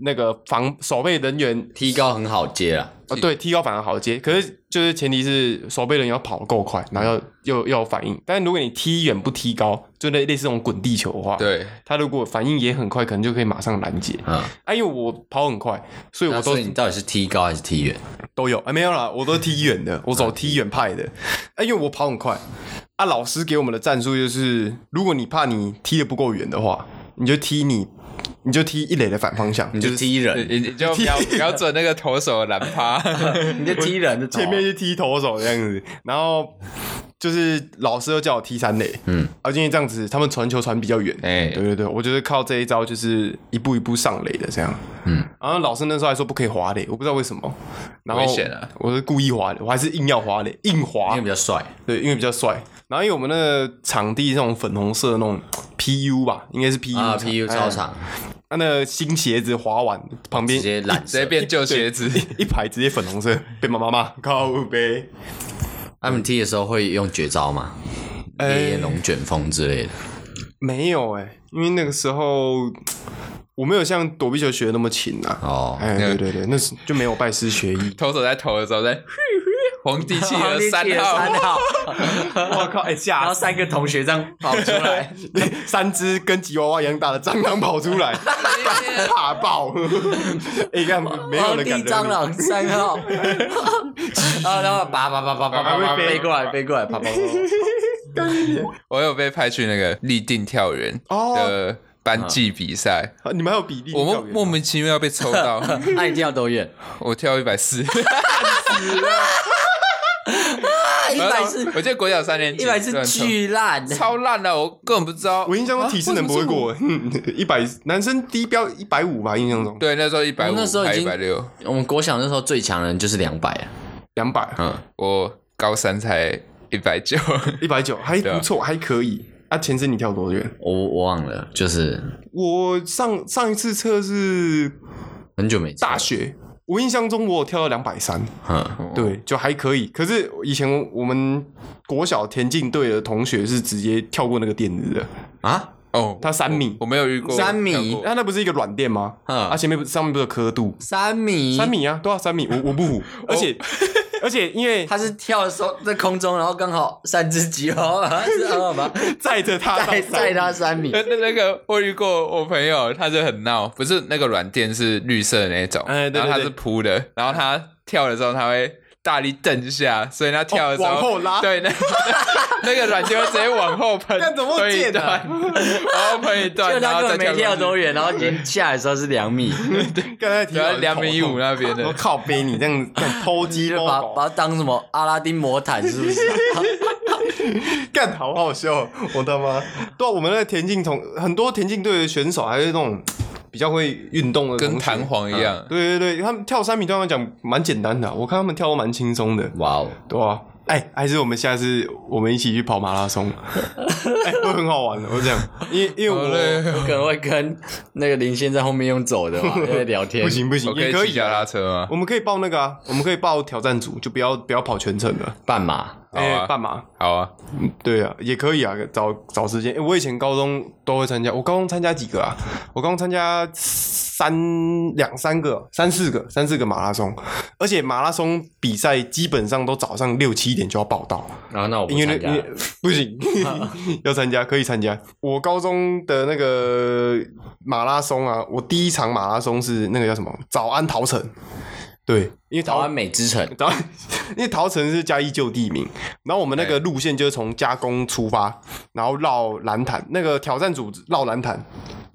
Speaker 2: 那个防守备人员
Speaker 1: 踢高很好接啊，
Speaker 2: 啊，对，踢高反而好接，可是就是前提是守备人要跑得够快，然后要又要有反应。但如果你踢远不踢高，就类类似这种滚地球的话，，
Speaker 3: 对，
Speaker 2: 他如果反应也很快，可能就可以马上拦截。
Speaker 1: 嗯，
Speaker 2: 啊，因为我跑很快，所以我
Speaker 1: 那
Speaker 2: 都
Speaker 1: 啊所以你到底是踢高还是踢远？
Speaker 2: 都有啊，没有啦，我都踢远的，我走踢远派的。啊，因为我跑很快啊，老师给我们的战术就是，如果你怕你踢得不够远的话，你就踢你，你就踢一垒的反方向，
Speaker 1: 你
Speaker 2: 就
Speaker 1: 就是踢人，
Speaker 3: 你你就不 要不要准那个投手的篮 趴，
Speaker 1: 呃你就踢人的头啊
Speaker 2: 前面去踢投手这样子，然后就是老师又叫我踢三垒，嗯，而因为这样子，他们传球传比较远，
Speaker 3: 哎
Speaker 2: 对对对，我就是靠这一招，就是一步一步上垒的这样，嗯，然后老师那时候还说不可以滑垒，我不知道为什么，然后
Speaker 3: 危险啊
Speaker 2: 我是故意滑的，我还是硬要滑垒，硬
Speaker 1: 因
Speaker 2: 滑
Speaker 1: 为，比较帅，
Speaker 2: 对，因为比较帅。然后因为我们那个场地是那种粉红色的那种 PU 吧，应该是 PU
Speaker 1: 啊
Speaker 2: 场
Speaker 1: ，PU 操，场
Speaker 2: 哎那个新鞋子滑完旁边
Speaker 1: 直接揽
Speaker 3: 直接
Speaker 1: 射，
Speaker 3: 变旧鞋子，。
Speaker 2: 一排直接粉红色，被妈妈骂靠呗。
Speaker 1: 他们踢的时候会用绝招吗？烈焰龙卷风之类的，
Speaker 2: 没有哎、因为那个时候我没有像躲避球学的那么勤啊。
Speaker 1: 哦，
Speaker 2: 哎，对对对，那是就没有拜师学艺
Speaker 3: 投手在投的时候在皇帝企鹅三号，
Speaker 1: 号，
Speaker 2: 我靠，哎，
Speaker 1: 然
Speaker 2: 吓
Speaker 1: 后三个同学这样跑出 来，
Speaker 2: 三只跟吉娃娃一样大的蟑螂跑出 来，怕爆！ 哎，看没有人敢
Speaker 1: 地哦蟑 螂三 号，啊，然后叭叭叭叭叭叭飞过来，飞过来，啪啪啪，
Speaker 3: 我有被派去那个立定跳远
Speaker 2: 哦
Speaker 3: 的班级比赛，
Speaker 2: 啊你们还有比例？跳
Speaker 3: 我莫
Speaker 2: 远吗
Speaker 3: 莫名其妙被 抽到，
Speaker 1: 爱跳多远？
Speaker 3: 我跳一百四，
Speaker 1: 啊，一百
Speaker 3: 然后
Speaker 1: 是，
Speaker 3: 我记得国小三年级，
Speaker 1: 一百
Speaker 3: 这
Speaker 1: 是
Speaker 3: 样抽
Speaker 1: 巨烂，
Speaker 3: 超烂的，我根本不知道。
Speaker 2: 我印象中体适能不会过， 一百男生低标一百五吧，印象中
Speaker 3: 对，那时候一百
Speaker 1: 我
Speaker 3: 五，
Speaker 1: 那时候已
Speaker 3: 还一
Speaker 1: 经
Speaker 3: 百六，
Speaker 1: 我们国小那时候最强的人就是两百啊，
Speaker 2: 两百
Speaker 3: 嗯我高三才一百九，
Speaker 2: 一百九还
Speaker 3: 对啊
Speaker 2: 不错，还可以。啊，前身你跳多远？
Speaker 1: 我我忘了，就是
Speaker 2: 我上上一次测是
Speaker 1: 很久没
Speaker 2: 大学，我印象中我有跳到两百三，
Speaker 3: 哦
Speaker 1: 嗯，
Speaker 2: 对，就还可以。可是以前我们国小田径队的同学是直接跳过那个垫子的，
Speaker 1: 啊，
Speaker 3: 哦，
Speaker 2: 他三米啊
Speaker 3: 我，没有遇过
Speaker 1: 三米
Speaker 3: 跳过
Speaker 2: 那那不是一个软垫吗？
Speaker 1: 嗯
Speaker 2: 啊，前面不是上面不是有刻度？
Speaker 1: 三米，
Speaker 2: 三，米啊，对啊，三米，我我不
Speaker 3: 哦
Speaker 2: 服，而 且而且因为
Speaker 1: 他是跳的时候在空中，然后刚好三只鸡 哦，啊是二吧，
Speaker 2: 载着他到
Speaker 1: 再
Speaker 2: 三米
Speaker 1: 再他三米
Speaker 3: 那， 那那个我遇过我朋友，他就很闹，不是那个软垫是绿色的那种，
Speaker 2: 哎对
Speaker 3: 然后它
Speaker 2: 对对
Speaker 3: 是铺的，然后他跳的时候他会大力蹬一下，所以他跳的时候、
Speaker 2: 哦往后拉
Speaker 3: 对，那 那个软垫会直接往 后喷，
Speaker 2: 干怎么
Speaker 3: 喷一
Speaker 2: 贱啊
Speaker 3: 段，然后喷一
Speaker 1: 就
Speaker 3: 段，然
Speaker 1: 他
Speaker 3: 后
Speaker 1: 根
Speaker 3: 再
Speaker 1: 本没
Speaker 3: 跳
Speaker 1: 跳
Speaker 3: 过
Speaker 1: 多
Speaker 3: 去，
Speaker 1: 远，然后已经下来的时候是两 米，
Speaker 2: 刚才提
Speaker 3: 然后两米一五
Speaker 2: 了，
Speaker 3: 那边
Speaker 2: 我
Speaker 3: 的，
Speaker 2: 靠背你这样这样偷鸡
Speaker 1: 就
Speaker 2: 摸
Speaker 1: 把
Speaker 2: 狗，
Speaker 1: 把他当什么阿拉丁魔毯是不是啊？
Speaker 2: 干好好笑，我他妈！对啊，我们那个田径同很多田径队的选手还是那种比较会运动的，
Speaker 3: 跟弹。簧一
Speaker 2: 哦
Speaker 3: 样，
Speaker 2: 对对对，他们跳三米对他们来讲蛮简单的啊、我看他们跳都蛮轻松的，
Speaker 1: 哇哦，
Speaker 2: 对啊，哎、还是我们下次我们一起去跑马拉 松，哎、会很好玩的。我讲，因为因为
Speaker 3: 好
Speaker 2: 我
Speaker 3: 嘞，
Speaker 1: 我可能会跟那个林先在后面用走 的嘛，在聊天。
Speaker 2: 不，行不行，
Speaker 3: 我可
Speaker 2: 也
Speaker 3: 以
Speaker 2: 可
Speaker 3: 骑
Speaker 2: 以
Speaker 3: 脚
Speaker 2: 啊
Speaker 3: 踏车吗？
Speaker 2: 我们可以报那个啊，我们可以报挑战组，就不要不要跑全程了，
Speaker 1: 半马
Speaker 3: 好啊
Speaker 2: 哎、半马，
Speaker 3: 好啊，
Speaker 2: 对啊，也可以啊，找找时间、哎我以前高中都会参加，我高中参加几个 啊？我高中参加三两三个、三四个、三四个马拉松，而且马拉松比赛基本上都早上六七点就要报到，
Speaker 1: 然后那我不
Speaker 2: 因为那
Speaker 1: 参加
Speaker 2: 因为不行， 要参加可以参加。我高中的那个马拉松啊，我第一场马拉松是那个叫什么？早安桃城。对，因为
Speaker 1: 台
Speaker 2: 桃
Speaker 1: 湾美之城，
Speaker 2: 然后因为桃城是嘉义旧地名，然后我们那个路线就是从加工出发，然后绕蓝潭那个挑战组织绕蓝潭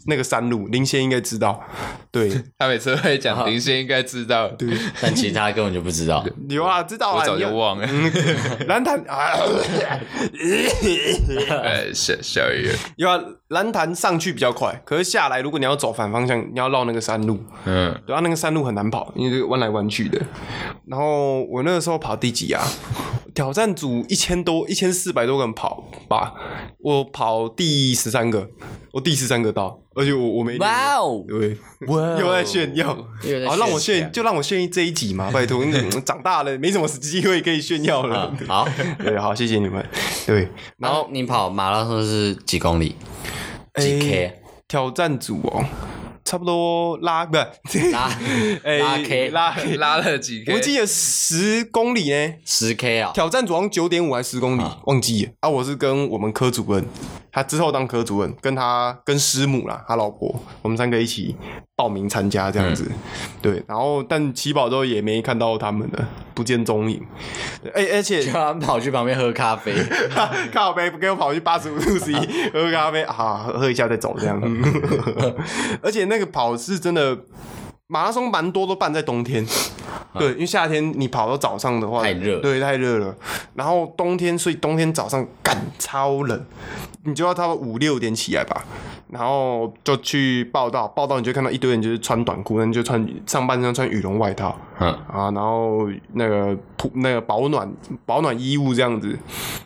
Speaker 2: 那个山路，林先应该知道。 对，
Speaker 3: 他每次会讲，林先应该 知道，
Speaker 1: 但其他根本就不知道。
Speaker 2: 有啊，知道啊，
Speaker 3: 我早
Speaker 2: 你
Speaker 3: 就
Speaker 2: 有
Speaker 3: 忘了。
Speaker 2: 蓝潭啊，
Speaker 3: 哎，小小雨，
Speaker 2: 有啊，蓝潭上去比较快，可是下来如果你要走反方向，你要绕那个山路，
Speaker 3: 嗯，
Speaker 2: 对啊，那个山路很难跑，因为就弯来弯去的。然后我那个时候跑第几啊？挑战组一千多、一千四百多个人跑吧，我跑第十三个，我第十三个到，而且我我没
Speaker 1: 哇哦！
Speaker 2: 对，又在炫耀，
Speaker 1: 又在
Speaker 2: 好让我
Speaker 1: 炫
Speaker 2: 炫，就让我炫耀这一集嘛，拜 托，你长大了没什么机会可以炫耀了
Speaker 1: 啊。， 好。
Speaker 2: 对，好，谢谢你们。对，然
Speaker 1: 然
Speaker 2: 后
Speaker 1: 后你跑马拉松是几公里？
Speaker 2: 哎
Speaker 1: 几 K？
Speaker 2: 挑战组哦，差不多拉不是
Speaker 1: 拉
Speaker 2: 哎
Speaker 1: 拉 K
Speaker 2: 拉，
Speaker 3: 拉了几 K？
Speaker 2: 我记得十公里呢。
Speaker 1: 十 K 啊？
Speaker 2: 挑战组好像九点五还是十公里，忘记了啊！我是跟我们科主任，他之后当科主任，跟他跟师母啦，他老婆，我们三个一起报名参加这样子。对，然后但起跑之后也没看到他们了，不见踪影。对哎、而且
Speaker 1: 就他跑去旁边喝咖 啡，
Speaker 2: 靠背不给我跑去八十五度 C 喝咖啡啊，喝一下再走这样。而且那个跑是真的，马拉松蛮多都办在冬天，对，因为夏天你跑到早上的话
Speaker 1: 啊太热
Speaker 2: 对，太热了。然后冬天，所以冬天早上干超冷，你就要差不多五六点起来吧。然后就去报道，报道你就看到一堆人就是穿短裤，那你就穿上半身穿羽绒外套，
Speaker 1: 嗯，
Speaker 2: 啊，然后那个铺那个保暖保暖衣物这样子，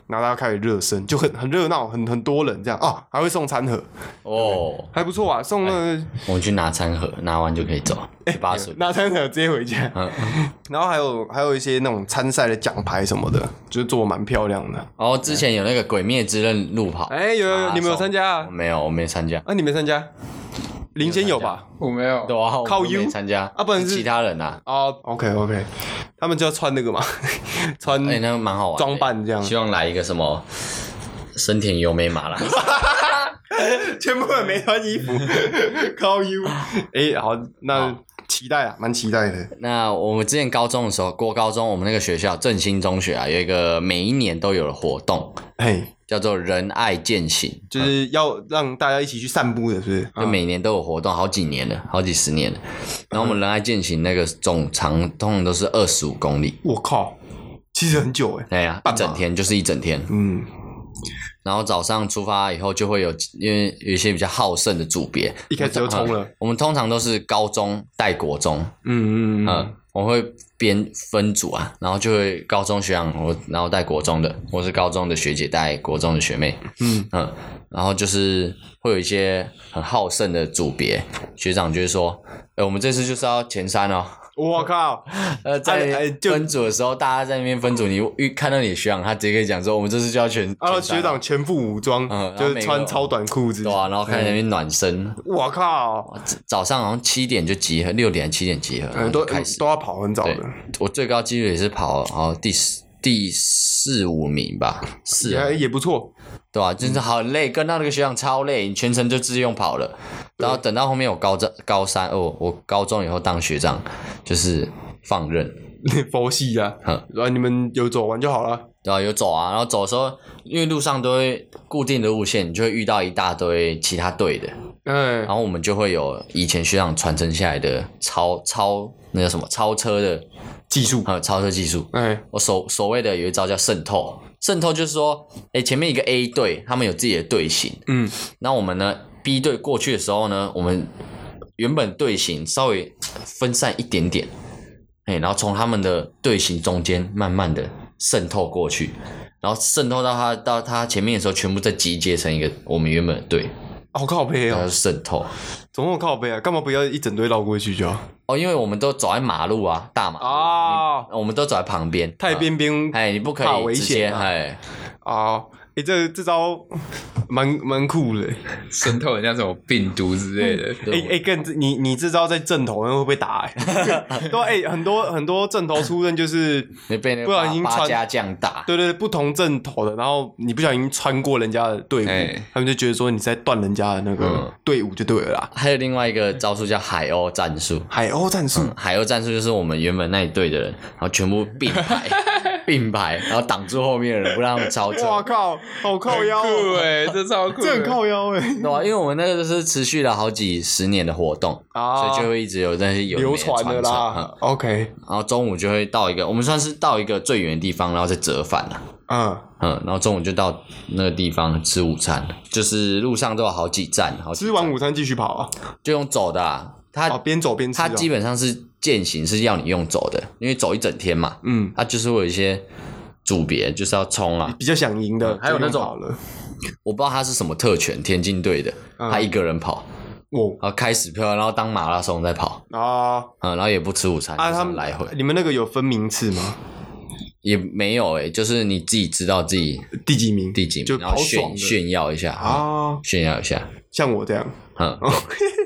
Speaker 2: 然后大家开始热身，就很很热闹，很很多人这样啊，还会送餐盒，
Speaker 1: 哦，
Speaker 2: 还不错啊，送那个
Speaker 1: 我们去拿餐盒，拿完就可以走，
Speaker 2: 哎
Speaker 1: 十八岁。
Speaker 2: 拿餐盒直接回家，
Speaker 1: 嗯，
Speaker 2: 然后还有还有一些那种参赛的奖牌什么的，就是做得蛮漂亮的。
Speaker 1: 然后哦之前有那个《鬼灭之刃》路跑，
Speaker 2: 哎，有有，有你们有参
Speaker 1: 我
Speaker 2: 加啊？
Speaker 1: 没有，我没参加。
Speaker 2: 啊，你没参加？林先有吧？
Speaker 3: 我没有
Speaker 1: 对啊，我
Speaker 2: 靠
Speaker 1: 都
Speaker 2: you？
Speaker 1: 没参加
Speaker 2: 啊不然是
Speaker 1: 其他人啊。
Speaker 2: 哦，OK OK，他们就要穿那个嘛， 穿
Speaker 1: 哎，那个蛮好玩的，
Speaker 2: 装扮这样，
Speaker 1: 希望来一个什么深田由美马拉 松，
Speaker 2: 全部人没穿衣服，高 U。哎，好，那期待啊，蛮期待的。
Speaker 1: 那我们之前高中的时候，过高中我们那个学校振兴中学啊，有一个每一年都有的活动，
Speaker 2: 嘿，
Speaker 1: 叫做仁爱践行，
Speaker 2: 就是要让大家一起去散步的，是不是？
Speaker 1: 就每年都有活动，好几年了，好几十年了。然后我们仁爱践行那个总长通常都是二十五公里，
Speaker 2: 我靠，其实很久哎、
Speaker 1: 哎呀，
Speaker 2: 半
Speaker 1: 一
Speaker 2: 马
Speaker 1: 整天就是一整天。
Speaker 2: 嗯，
Speaker 1: 然后早上出发以后，就会有因为有一些比较好胜的组别，
Speaker 2: 一开始就冲了。
Speaker 1: 我们通常都是高中带国中，
Speaker 2: 嗯嗯嗯
Speaker 1: 嗯，我会编分组啊，然后就会高中学长我，然后带国中的，我是高中的学姐带国中的学妹，
Speaker 2: 嗯
Speaker 1: 嗯，然后就是会有一些很好胜的组别，学长就会说，哎、我们这次就是要前三 哦，
Speaker 2: 我靠，
Speaker 1: 呃，
Speaker 2: 哎哎
Speaker 1: 在
Speaker 2: 就
Speaker 1: 分组的时候，大家在那边分组，你遇看到你的学长，他直接跟你讲说，我们这次就要全，
Speaker 2: 然后
Speaker 1: 前三哦
Speaker 2: 学长全副武装，
Speaker 1: 嗯然后
Speaker 2: 就
Speaker 1: 每
Speaker 2: 是
Speaker 1: 个
Speaker 2: 穿超短裤子。
Speaker 1: 对啊，然后开始在那
Speaker 2: 嗯
Speaker 1: 边暖身，
Speaker 2: 我靠，
Speaker 1: 哇早上好像七点就集合，六点七点集合，然
Speaker 2: 呃
Speaker 1: 后
Speaker 2: 都
Speaker 1: 就开始。
Speaker 2: 都要跑很早
Speaker 1: 对
Speaker 2: 的，，
Speaker 1: 我最高纪录也是跑好第十第四五名吧，四
Speaker 2: 也也不错。
Speaker 1: 对吧、就是很累，跟到那个学长超累，你全程就自用跑了。然后等到后面我高中高三哦，我高中以后当学长就是放任，
Speaker 2: 佛系啊，
Speaker 1: 嗯
Speaker 2: 然后你们有走完就好了。
Speaker 1: 对吧、有走啊，然后走的时候，因为路上都会固定的路线，你就会遇到一大堆其他队的，
Speaker 2: 嗯
Speaker 1: 然，后我们就会有以前学长传承下来的超超那叫什么超车的，
Speaker 2: 技术，
Speaker 1: 还有超车技术，
Speaker 2: 哎，
Speaker 1: 我所所谓的有一招叫渗透，渗透就是说，哎、前面一个 A 队，他们有自己的队形，
Speaker 2: 嗯，
Speaker 1: 那我们呢 B 队过去的时候呢，我们原本队形稍微分散一点点，哎、然后从他们的队形中间慢慢的渗透过去，然后渗透到他到他前面的时候，全部再集结成一个我们原本的队，
Speaker 2: 好靠背
Speaker 1: 然后
Speaker 2: 哦，
Speaker 1: 渗透。
Speaker 2: 总共靠背啊，干嘛不要一整队绕过去就好？
Speaker 1: 哦，因为我们都走在马路啊，大马路，
Speaker 2: 啊，
Speaker 1: 我们都走在旁边，
Speaker 2: 太边边
Speaker 1: 哎，你不可
Speaker 2: 怕
Speaker 1: 以
Speaker 2: 危
Speaker 1: 直接
Speaker 2: 险啊！
Speaker 1: 哎，
Speaker 2: 啊，哎，这这招 蛮蛮酷的。
Speaker 3: 渗透人家什么病毒之类的。
Speaker 2: 哎哎，更你你这招在正头那会不会打？欸 对啊，哎，很多很多正头出任就是，
Speaker 1: 你被那个
Speaker 2: 不小心
Speaker 1: 八八
Speaker 2: 穿
Speaker 1: 家将打，
Speaker 2: 对对对，不同正头的，然后你不小心穿过人家的队伍
Speaker 3: 哎，
Speaker 2: 他们就觉得说你在断人家的那个
Speaker 1: 嗯
Speaker 2: 队伍就对了啦。
Speaker 1: 还有另外一个招数叫海鸥战术。
Speaker 2: 海鸥战术，
Speaker 1: 海鸥战术就是我们原本那一队的人，然后全部并排， 并排，然后挡住后面的人，不让他们超车。
Speaker 2: 哇靠，好靠腰哦，
Speaker 3: 酷哎、这超酷的，
Speaker 2: 这很靠腰哎。
Speaker 1: 欸对啊，因为我们那个就是持续了好几十年的活动，
Speaker 2: 啊
Speaker 1: 所以就会一直有那些有的没
Speaker 2: 流
Speaker 1: 的
Speaker 2: 传的
Speaker 1: 承
Speaker 2: 啦。。OK，
Speaker 1: 嗯然后中午就会到一个，我们算是到一个最远的地方，然后再折返了。
Speaker 2: 嗯，
Speaker 1: 嗯，然后中午就到那个地方吃午餐，就是路上都有好几站，好几
Speaker 2: 吃
Speaker 1: 站
Speaker 2: 完午餐继续跑啊，
Speaker 1: 就用走的、啊，它、
Speaker 2: 哦，边走边吃哦。
Speaker 1: 它基本上是践行是要你用走的，因为走一整天嘛，
Speaker 2: 嗯，
Speaker 1: 它就是会有一些组别就是要冲啊，
Speaker 2: 比较想赢的，
Speaker 1: 还有那种
Speaker 2: 就用跑了，
Speaker 1: 我不知道他是什么特权，田径队的，
Speaker 2: 嗯
Speaker 1: 他一个人跑，
Speaker 2: 我
Speaker 1: 然后开始票，然后当马拉松在跑，
Speaker 2: 啊
Speaker 1: 嗯，然后也不吃午餐，
Speaker 2: 啊，
Speaker 1: 就这
Speaker 2: 他
Speaker 1: 样
Speaker 2: 们
Speaker 1: 来回
Speaker 2: 你们那个有分名次吗？
Speaker 1: 也没有诶、就是你自己知道自己
Speaker 2: 第几名？
Speaker 1: 第几名，
Speaker 2: 就
Speaker 1: 然后
Speaker 2: 跑爽
Speaker 1: 炫
Speaker 2: 的
Speaker 1: 炫耀一下啊，
Speaker 2: 啊，
Speaker 1: 炫耀一下，
Speaker 2: 像我这样
Speaker 1: 嗯，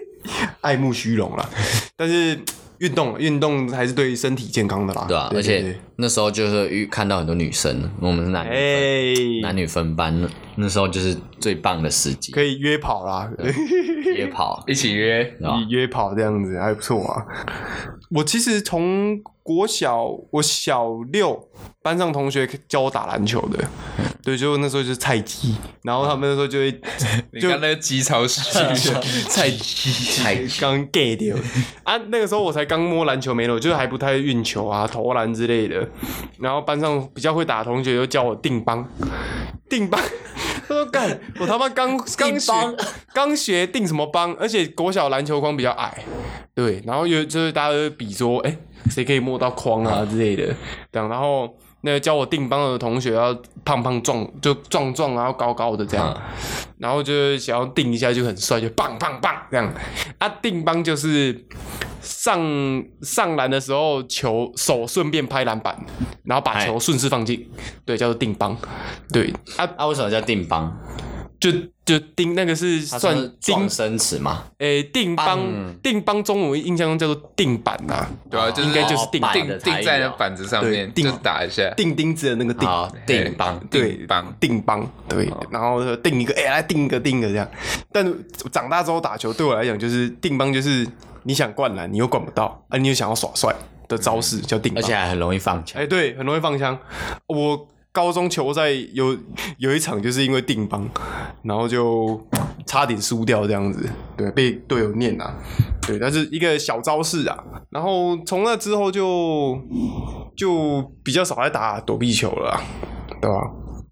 Speaker 2: 爱慕虚荣啦，但是运动运动还是对身体健康的啦，
Speaker 1: 对吧、啊而
Speaker 2: 对对
Speaker 1: 且那时候就是遇看到很多女生，我们是男女分、男
Speaker 2: 哎，
Speaker 1: 女分班，那时候就是最棒的时机，
Speaker 2: 可以约跑啦，
Speaker 1: 也跑，
Speaker 3: 一起约
Speaker 1: 对吧？
Speaker 2: 约跑这样子还不错啊。我其实从国小，我小六班上同学教我打篮球的，对，就那时候就是菜鸡，然后他们那时候就会
Speaker 3: 你
Speaker 2: 就
Speaker 3: 看那个鸡超市，
Speaker 2: 菜鸡，刚 get 掉啊！那个时候我才刚摸篮球没多久，就是还不太会运球啊、投篮之类的。然后班上比较会打的同学就叫我定帮，定帮。他说：“干，我他妈刚刚学刚学定什么帮，而且国小篮球框比较矮，对，然后有就是大家都会比说，哎、谁可以摸到框啊之类的，这样。然后那个教我定帮的同学要胖胖壮，就壮壮然后高高的这样。然后就是想要定一下就很帅，就棒棒棒这样。啊，定帮就是上上篮的时候，球手顺便拍篮板，然后把球顺势放进，对，叫做定帮。对，啊，
Speaker 1: 啊，为什么叫定帮？
Speaker 2: 就就定那个是
Speaker 1: 它
Speaker 2: 算
Speaker 1: 算
Speaker 2: 定
Speaker 1: 撞生词吗？
Speaker 2: 诶、定帮
Speaker 1: 棒
Speaker 2: 定帮中文印象中叫做定板呐、
Speaker 3: 对啊，就是
Speaker 2: 应该就是定
Speaker 1: 板
Speaker 3: 定
Speaker 1: 的台语
Speaker 3: 定在那
Speaker 1: 哦
Speaker 3: 板子上面，
Speaker 2: 对定
Speaker 3: 就打一下。
Speaker 2: 钉钉子的那个钉。
Speaker 1: 好，定帮。
Speaker 2: 对
Speaker 3: 定帮
Speaker 2: 定帮对，然后定一个，哎、来定一个，定一个这样。但长大之后打球，对我来讲就是定帮，就是你想灌篮，你又灌不到，啊，你又想要耍帅的招式叫定
Speaker 1: 而
Speaker 2: 帮。
Speaker 1: 且还很容易放枪
Speaker 2: 哎、。对，很容易放枪。我高中球赛有有一场就是因为定帮，然后就差点输掉这样子，对，被队友念啊，对，但是一个小招式啊。然后从那之后就就比较少来打躲避球了啊、对吧、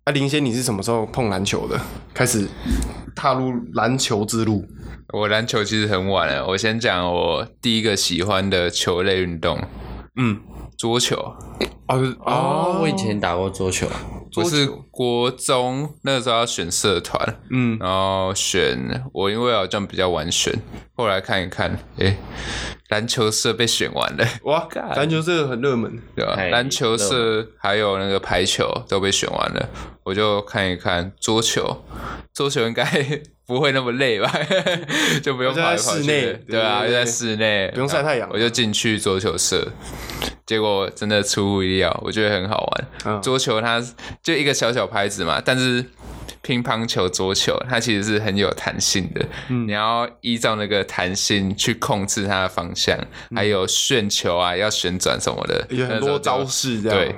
Speaker 2: 啊，林先，你是什么时候碰篮球的？开始踏入篮球之路？
Speaker 3: 我篮球其实很晚了，我先讲我第一个喜欢的球类运动，
Speaker 2: 嗯，
Speaker 3: 桌球。
Speaker 2: 啊
Speaker 1: 哦，我以前打过桌球，
Speaker 3: 我是国中那个时候要选社团，
Speaker 2: 嗯，
Speaker 3: 然后选我因为好像比较晚选，后来看一看，诶、篮球社被选完了，
Speaker 2: 哇，篮球这个很热门，
Speaker 3: 对吧
Speaker 1: 哎？
Speaker 3: 篮球社还有那个排球都被选完了，我就看一看桌球，桌球应该 不会那么累吧？ 就不用跑来跑
Speaker 2: 就在室
Speaker 3: 去
Speaker 2: 内
Speaker 3: 的，对啊，
Speaker 2: 对对对
Speaker 3: 就在室内，
Speaker 1: 哎
Speaker 3: 啊
Speaker 2: 不用啊晒太阳
Speaker 3: 我就进去桌球社，结果真的出乎意料，我觉得很好玩。
Speaker 2: 嗯
Speaker 3: 桌球它就一个小小拍子嘛，但是乒乓球、桌球它其实是很有弹性的，
Speaker 2: 嗯
Speaker 3: 你要依照那个弹性去控制它的方向，还有旋球啊，要旋转什么的，
Speaker 2: 嗯有很
Speaker 3: 那时
Speaker 2: 多
Speaker 3: 候就
Speaker 2: 招。式这样。
Speaker 3: 对，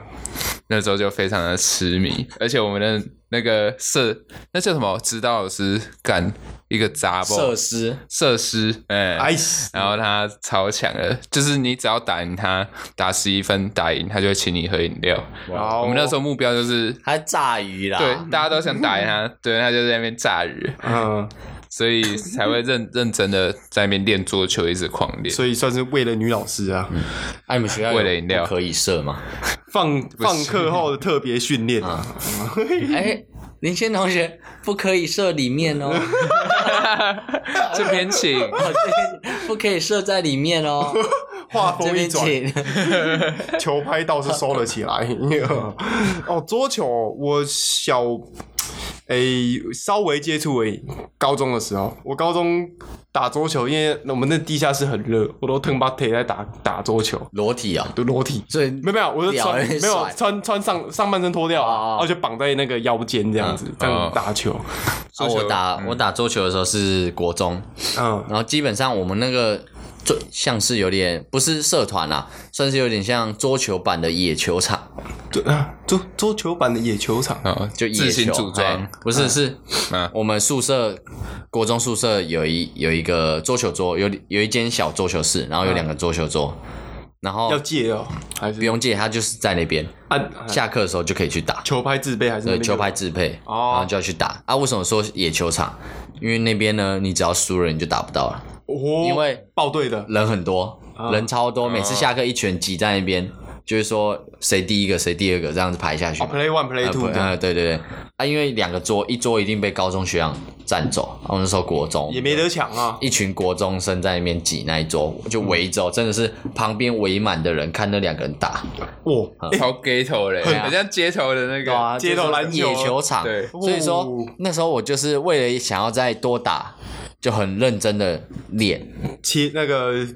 Speaker 3: 那时候就非常的痴迷，而且我们的那个社，那叫什么指导老师干一个杂包
Speaker 1: 设施
Speaker 3: 设施，哎、
Speaker 2: 哎死
Speaker 3: 然后他超强的，就是你只要打赢他，打十一分打赢，他就会请你喝饮料。
Speaker 2: 哇
Speaker 3: 我们那时候目标就是，
Speaker 1: 还炸鱼啦。
Speaker 3: 对，大家都想打赢他，对，他就在那边炸鱼，
Speaker 2: 嗯，
Speaker 3: 所以才会认认真的在那边练桌球，一直狂练。嗯
Speaker 2: 所以算是为了女老师啊，
Speaker 1: 哎，你们学校有
Speaker 3: 为了饮料
Speaker 1: 不可以射吗？
Speaker 2: 放放课后的特别训练，
Speaker 3: 嗯
Speaker 1: 哎，林轩同学不可以射里面哦，
Speaker 3: 这边请，
Speaker 1: 不可以射在里面哦，
Speaker 2: 话
Speaker 1: 这
Speaker 2: 锋一
Speaker 1: 边
Speaker 2: 转，
Speaker 1: 请。
Speaker 2: 球拍倒是收了起来。 哦，桌球我小诶、稍微接触而已。高中的时候，我高中打桌球，因为我们那地下室很热，我都腾把腿在打打桌球，
Speaker 1: 裸体哦，
Speaker 2: 都裸体。
Speaker 1: 所以
Speaker 2: 没有没有，我就
Speaker 1: 屌
Speaker 2: 穿
Speaker 1: 欸
Speaker 2: 没有
Speaker 1: 帅
Speaker 2: 穿穿上上半身脱掉，啊
Speaker 1: 哦嗯
Speaker 2: 然后就绑在那个腰间这样子，这样打球。
Speaker 1: 啊我打
Speaker 3: 嗯
Speaker 1: 我打桌球的时候是国中，
Speaker 2: 嗯
Speaker 1: 然后基本上我们那个就像是有点不是社团啦、算是有点像桌球版的野球场，
Speaker 2: 对啊，桌桌球版的野球场，
Speaker 3: 哦，
Speaker 1: 就野球
Speaker 3: 自行组
Speaker 1: 哎
Speaker 3: 装，
Speaker 1: 不是是
Speaker 3: 嗯
Speaker 1: 我们宿舍国中宿舍有一有一个桌球桌，有有一间小桌球室，然后
Speaker 3: 嗯
Speaker 1: 有两个桌球桌，然后
Speaker 2: 要借哦，还是
Speaker 1: 不用借，它就是在那边，
Speaker 3: 嗯
Speaker 2: 按
Speaker 1: 下课的时候就可以去打。
Speaker 2: 球拍自备还是那
Speaker 1: 对，
Speaker 2: 个
Speaker 1: 球拍自配，
Speaker 2: 哦
Speaker 1: 然后就要去打啊。为什么说野球场？因为那边呢，你只要输了你就打不到了。
Speaker 2: 哦，
Speaker 1: 因为
Speaker 2: 报队的哦
Speaker 1: 人很多，
Speaker 3: 嗯
Speaker 1: 人超多，每次下课一群挤在那边，就是说谁第一个谁第二个这样子排下去
Speaker 2: 哦。，play one play
Speaker 1: 呃
Speaker 2: two
Speaker 1: 不
Speaker 2: 这样
Speaker 1: 呃，对对对，啊，因为两个桌，一桌一定被高中学长占走，啊我那时候国中
Speaker 2: 也没得抢啊。
Speaker 1: 一群国中生在那边挤那一桌，就围着，真的是旁边围满的人看那两个人打，
Speaker 2: 哇，
Speaker 1: 嗯
Speaker 3: 超 ghetto 嘞，
Speaker 1: 啊
Speaker 3: 很像街头的那个，
Speaker 2: 啊街头篮球
Speaker 1: 野球场，
Speaker 3: 对
Speaker 1: 所以说
Speaker 2: 哦
Speaker 1: 那时候我就是为了想要再多打，就很认真的练，
Speaker 2: 切那个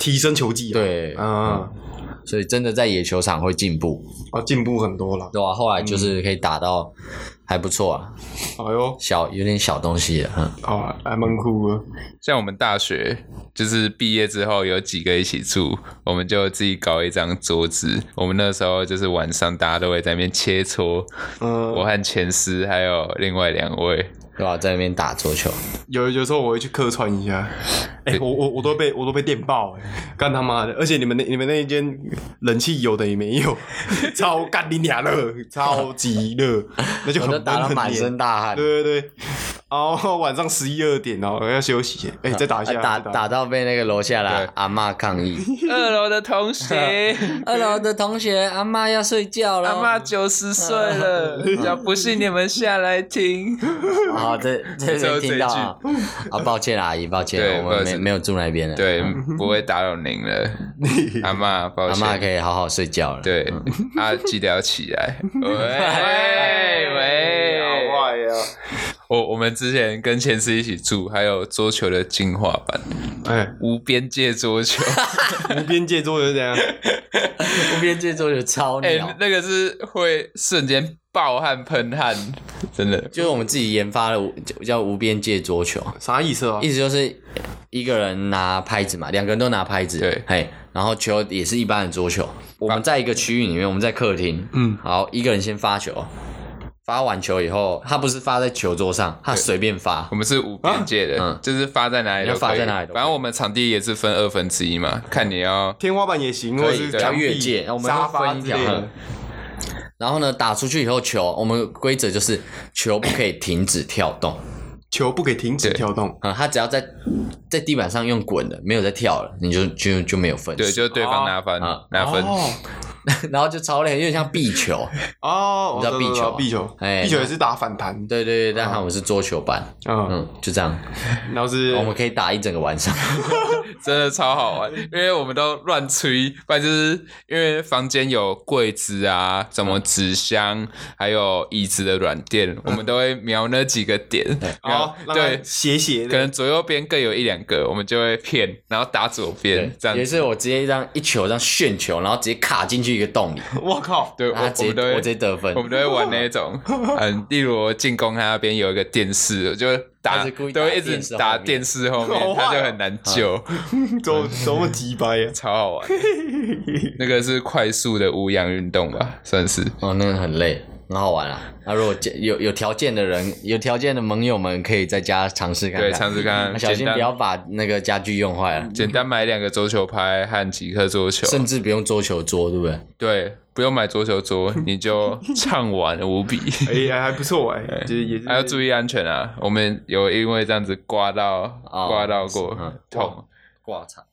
Speaker 2: 提升球技啊，
Speaker 1: 对，
Speaker 2: 啊，
Speaker 1: 所以真的在野球场会进步，
Speaker 2: 啊，进步很多了。
Speaker 1: 对啊？后来
Speaker 2: 嗯
Speaker 1: 就是可以打到还不错啊，
Speaker 2: 哎呦，
Speaker 1: 小有点小东西了，嗯，
Speaker 2: 啊，还蛮酷的。
Speaker 3: 像我们大学就是毕业之后有几个一起住，我们就自己搞一张桌子。我们那时候就是晚上大家都会在那边切磋，我
Speaker 2: 嗯，
Speaker 3: 和前师还有另外两位，
Speaker 1: 对吧、在那边打桌球，
Speaker 2: 有有时候我会去客串一下。哎，我我我都被我都被电爆，哎干他妈的！而且你们那你们那一间冷气有的也没有， 超干你娘热，超级热，那就
Speaker 1: 我
Speaker 2: 很
Speaker 1: 都打到满身。大汗
Speaker 2: 很黏。对对对，然后晚上十一二点哦，要休息，哎，再打一下，
Speaker 1: 啊打
Speaker 2: 再
Speaker 1: 打到被那个楼下来
Speaker 3: 对
Speaker 1: 阿嬷抗议，
Speaker 3: 二楼的同学，
Speaker 1: 二楼的同学阿嬷要睡觉了，
Speaker 3: 阿妈九十岁了，要不信你们下来听。
Speaker 1: 好，哦这这
Speaker 3: 最后
Speaker 1: 没
Speaker 3: 这一
Speaker 1: 听到啊！啊，抱歉啦，阿姨，抱
Speaker 3: 对
Speaker 1: 歉，我
Speaker 3: 不好
Speaker 1: 们
Speaker 3: 意
Speaker 1: 没
Speaker 3: 思
Speaker 1: 没有住那边的。，
Speaker 3: 对，不会打扰您了， 阿妈，抱
Speaker 1: 阿妈
Speaker 3: 歉。
Speaker 1: 可以好好睡觉了。，
Speaker 3: 对，
Speaker 1: 嗯
Speaker 3: 啊，记得要起 来。 喂哎喂，
Speaker 1: 啊
Speaker 2: 好坏呀！
Speaker 3: 我我们之前跟前司一起住，还有桌球的进化版
Speaker 2: 哎，
Speaker 3: 无边界 桌球，
Speaker 2: 无边界桌游是怎样？
Speaker 1: 无边界桌有超
Speaker 3: 哎、
Speaker 1: 鸟，
Speaker 3: 那个是会瞬间暴汗喷汗，真的。
Speaker 1: 就是我们自己研发的无叫无边界桌球，
Speaker 2: 啥意思啊？
Speaker 1: 意思就是一个人拿拍子嘛，两个人都拿拍子，
Speaker 3: 对
Speaker 1: 嘿，然后球也是一般的桌球。我们在一个区域里面，我们在客厅，
Speaker 2: 嗯
Speaker 1: 好，一个人先发球，发完球以后，他不是发在球桌上，他随便发
Speaker 3: 我，们是无边界的，
Speaker 1: 嗯
Speaker 3: 就是发在哪里都可以
Speaker 1: 要发在哪里都可以
Speaker 3: 反正我们场地也是分二分之一嘛，看你要
Speaker 2: 天花板也行，或
Speaker 3: 可
Speaker 2: 者
Speaker 3: 以
Speaker 2: 是
Speaker 3: 对
Speaker 2: 墙
Speaker 1: 要
Speaker 2: 壁
Speaker 1: 越界我们会
Speaker 2: 沙发
Speaker 1: 分一
Speaker 2: 之
Speaker 1: 条
Speaker 2: 类的
Speaker 1: 嗯。然后呢，打出去以后球，我们规则就是球不可以停止跳动。
Speaker 2: 球不可以停止
Speaker 3: 对
Speaker 2: 跳动。
Speaker 1: 啊、他只要在在地板上用滚的，没有在跳了，你就就就没有分数。
Speaker 3: 对，就是对方拿分、
Speaker 1: 哦
Speaker 3: 拿分。
Speaker 2: 哦
Speaker 1: 然后就超累，有点像壁球。
Speaker 2: 哦，我
Speaker 1: 你知道壁球啊
Speaker 2: 壁球，
Speaker 1: 哎
Speaker 2: 壁球也是打反弹，
Speaker 1: 对对对，
Speaker 3: 啊
Speaker 1: 但他们是桌球班，
Speaker 2: 嗯，
Speaker 1: 嗯，就这样，
Speaker 2: 然后是
Speaker 1: 我们可以打一整个晚上。
Speaker 3: 真的超好玩，因为我们都乱吹，反正就是因为房间有柜子啊，什么纸箱，还有椅子的软垫，我们都会瞄那几个点，然
Speaker 2: 哦
Speaker 3: 后，
Speaker 2: 让它
Speaker 3: 对，
Speaker 2: 斜斜
Speaker 3: 可
Speaker 2: 的，
Speaker 3: 能左右边各有一两个，我们就会骗，然后打左边这
Speaker 1: 有
Speaker 3: 样
Speaker 1: 一
Speaker 3: 子。
Speaker 1: 次我直接这样一球这样旋球，然后直接卡进去一个洞里，
Speaker 2: 我靠，
Speaker 3: 对，我
Speaker 1: 然后他
Speaker 3: 我
Speaker 1: 直接
Speaker 3: 们都
Speaker 1: 啊我
Speaker 3: 会
Speaker 1: 直接得分
Speaker 3: 我。们都会玩那种，嗯，例如我进攻他那边有一个电视，我就打
Speaker 1: 他是故意打
Speaker 3: 都会一直打电
Speaker 1: 电
Speaker 3: 视后面
Speaker 2: 好，坏哦
Speaker 3: 他就很难救，
Speaker 2: 怎么怎么鸡掰啊呀？
Speaker 3: 超好玩。那个是快速的无氧运动吧，算是。
Speaker 1: 哦，那个很累，很好玩啊。那如果见有有条件的人，有条件的盟友们可以在家尝试看看，
Speaker 3: 对，尝试看 看，
Speaker 1: 小
Speaker 3: 简
Speaker 1: 心
Speaker 3: 单嗯
Speaker 1: 不要把那个家具用坏了，
Speaker 3: 简单买两个桌球拍和几颗桌球，
Speaker 1: 甚至不用桌球桌，对不对？
Speaker 3: 对，不用买桌球 桌，你就畅玩无比。
Speaker 2: 哎，还还不 错哎，就是也是
Speaker 3: 还要注意安全啊！我们有因为这样子刮到
Speaker 1: 哦
Speaker 3: 刮到过
Speaker 1: 嗯，
Speaker 3: 痛。
Speaker 1: 挂场。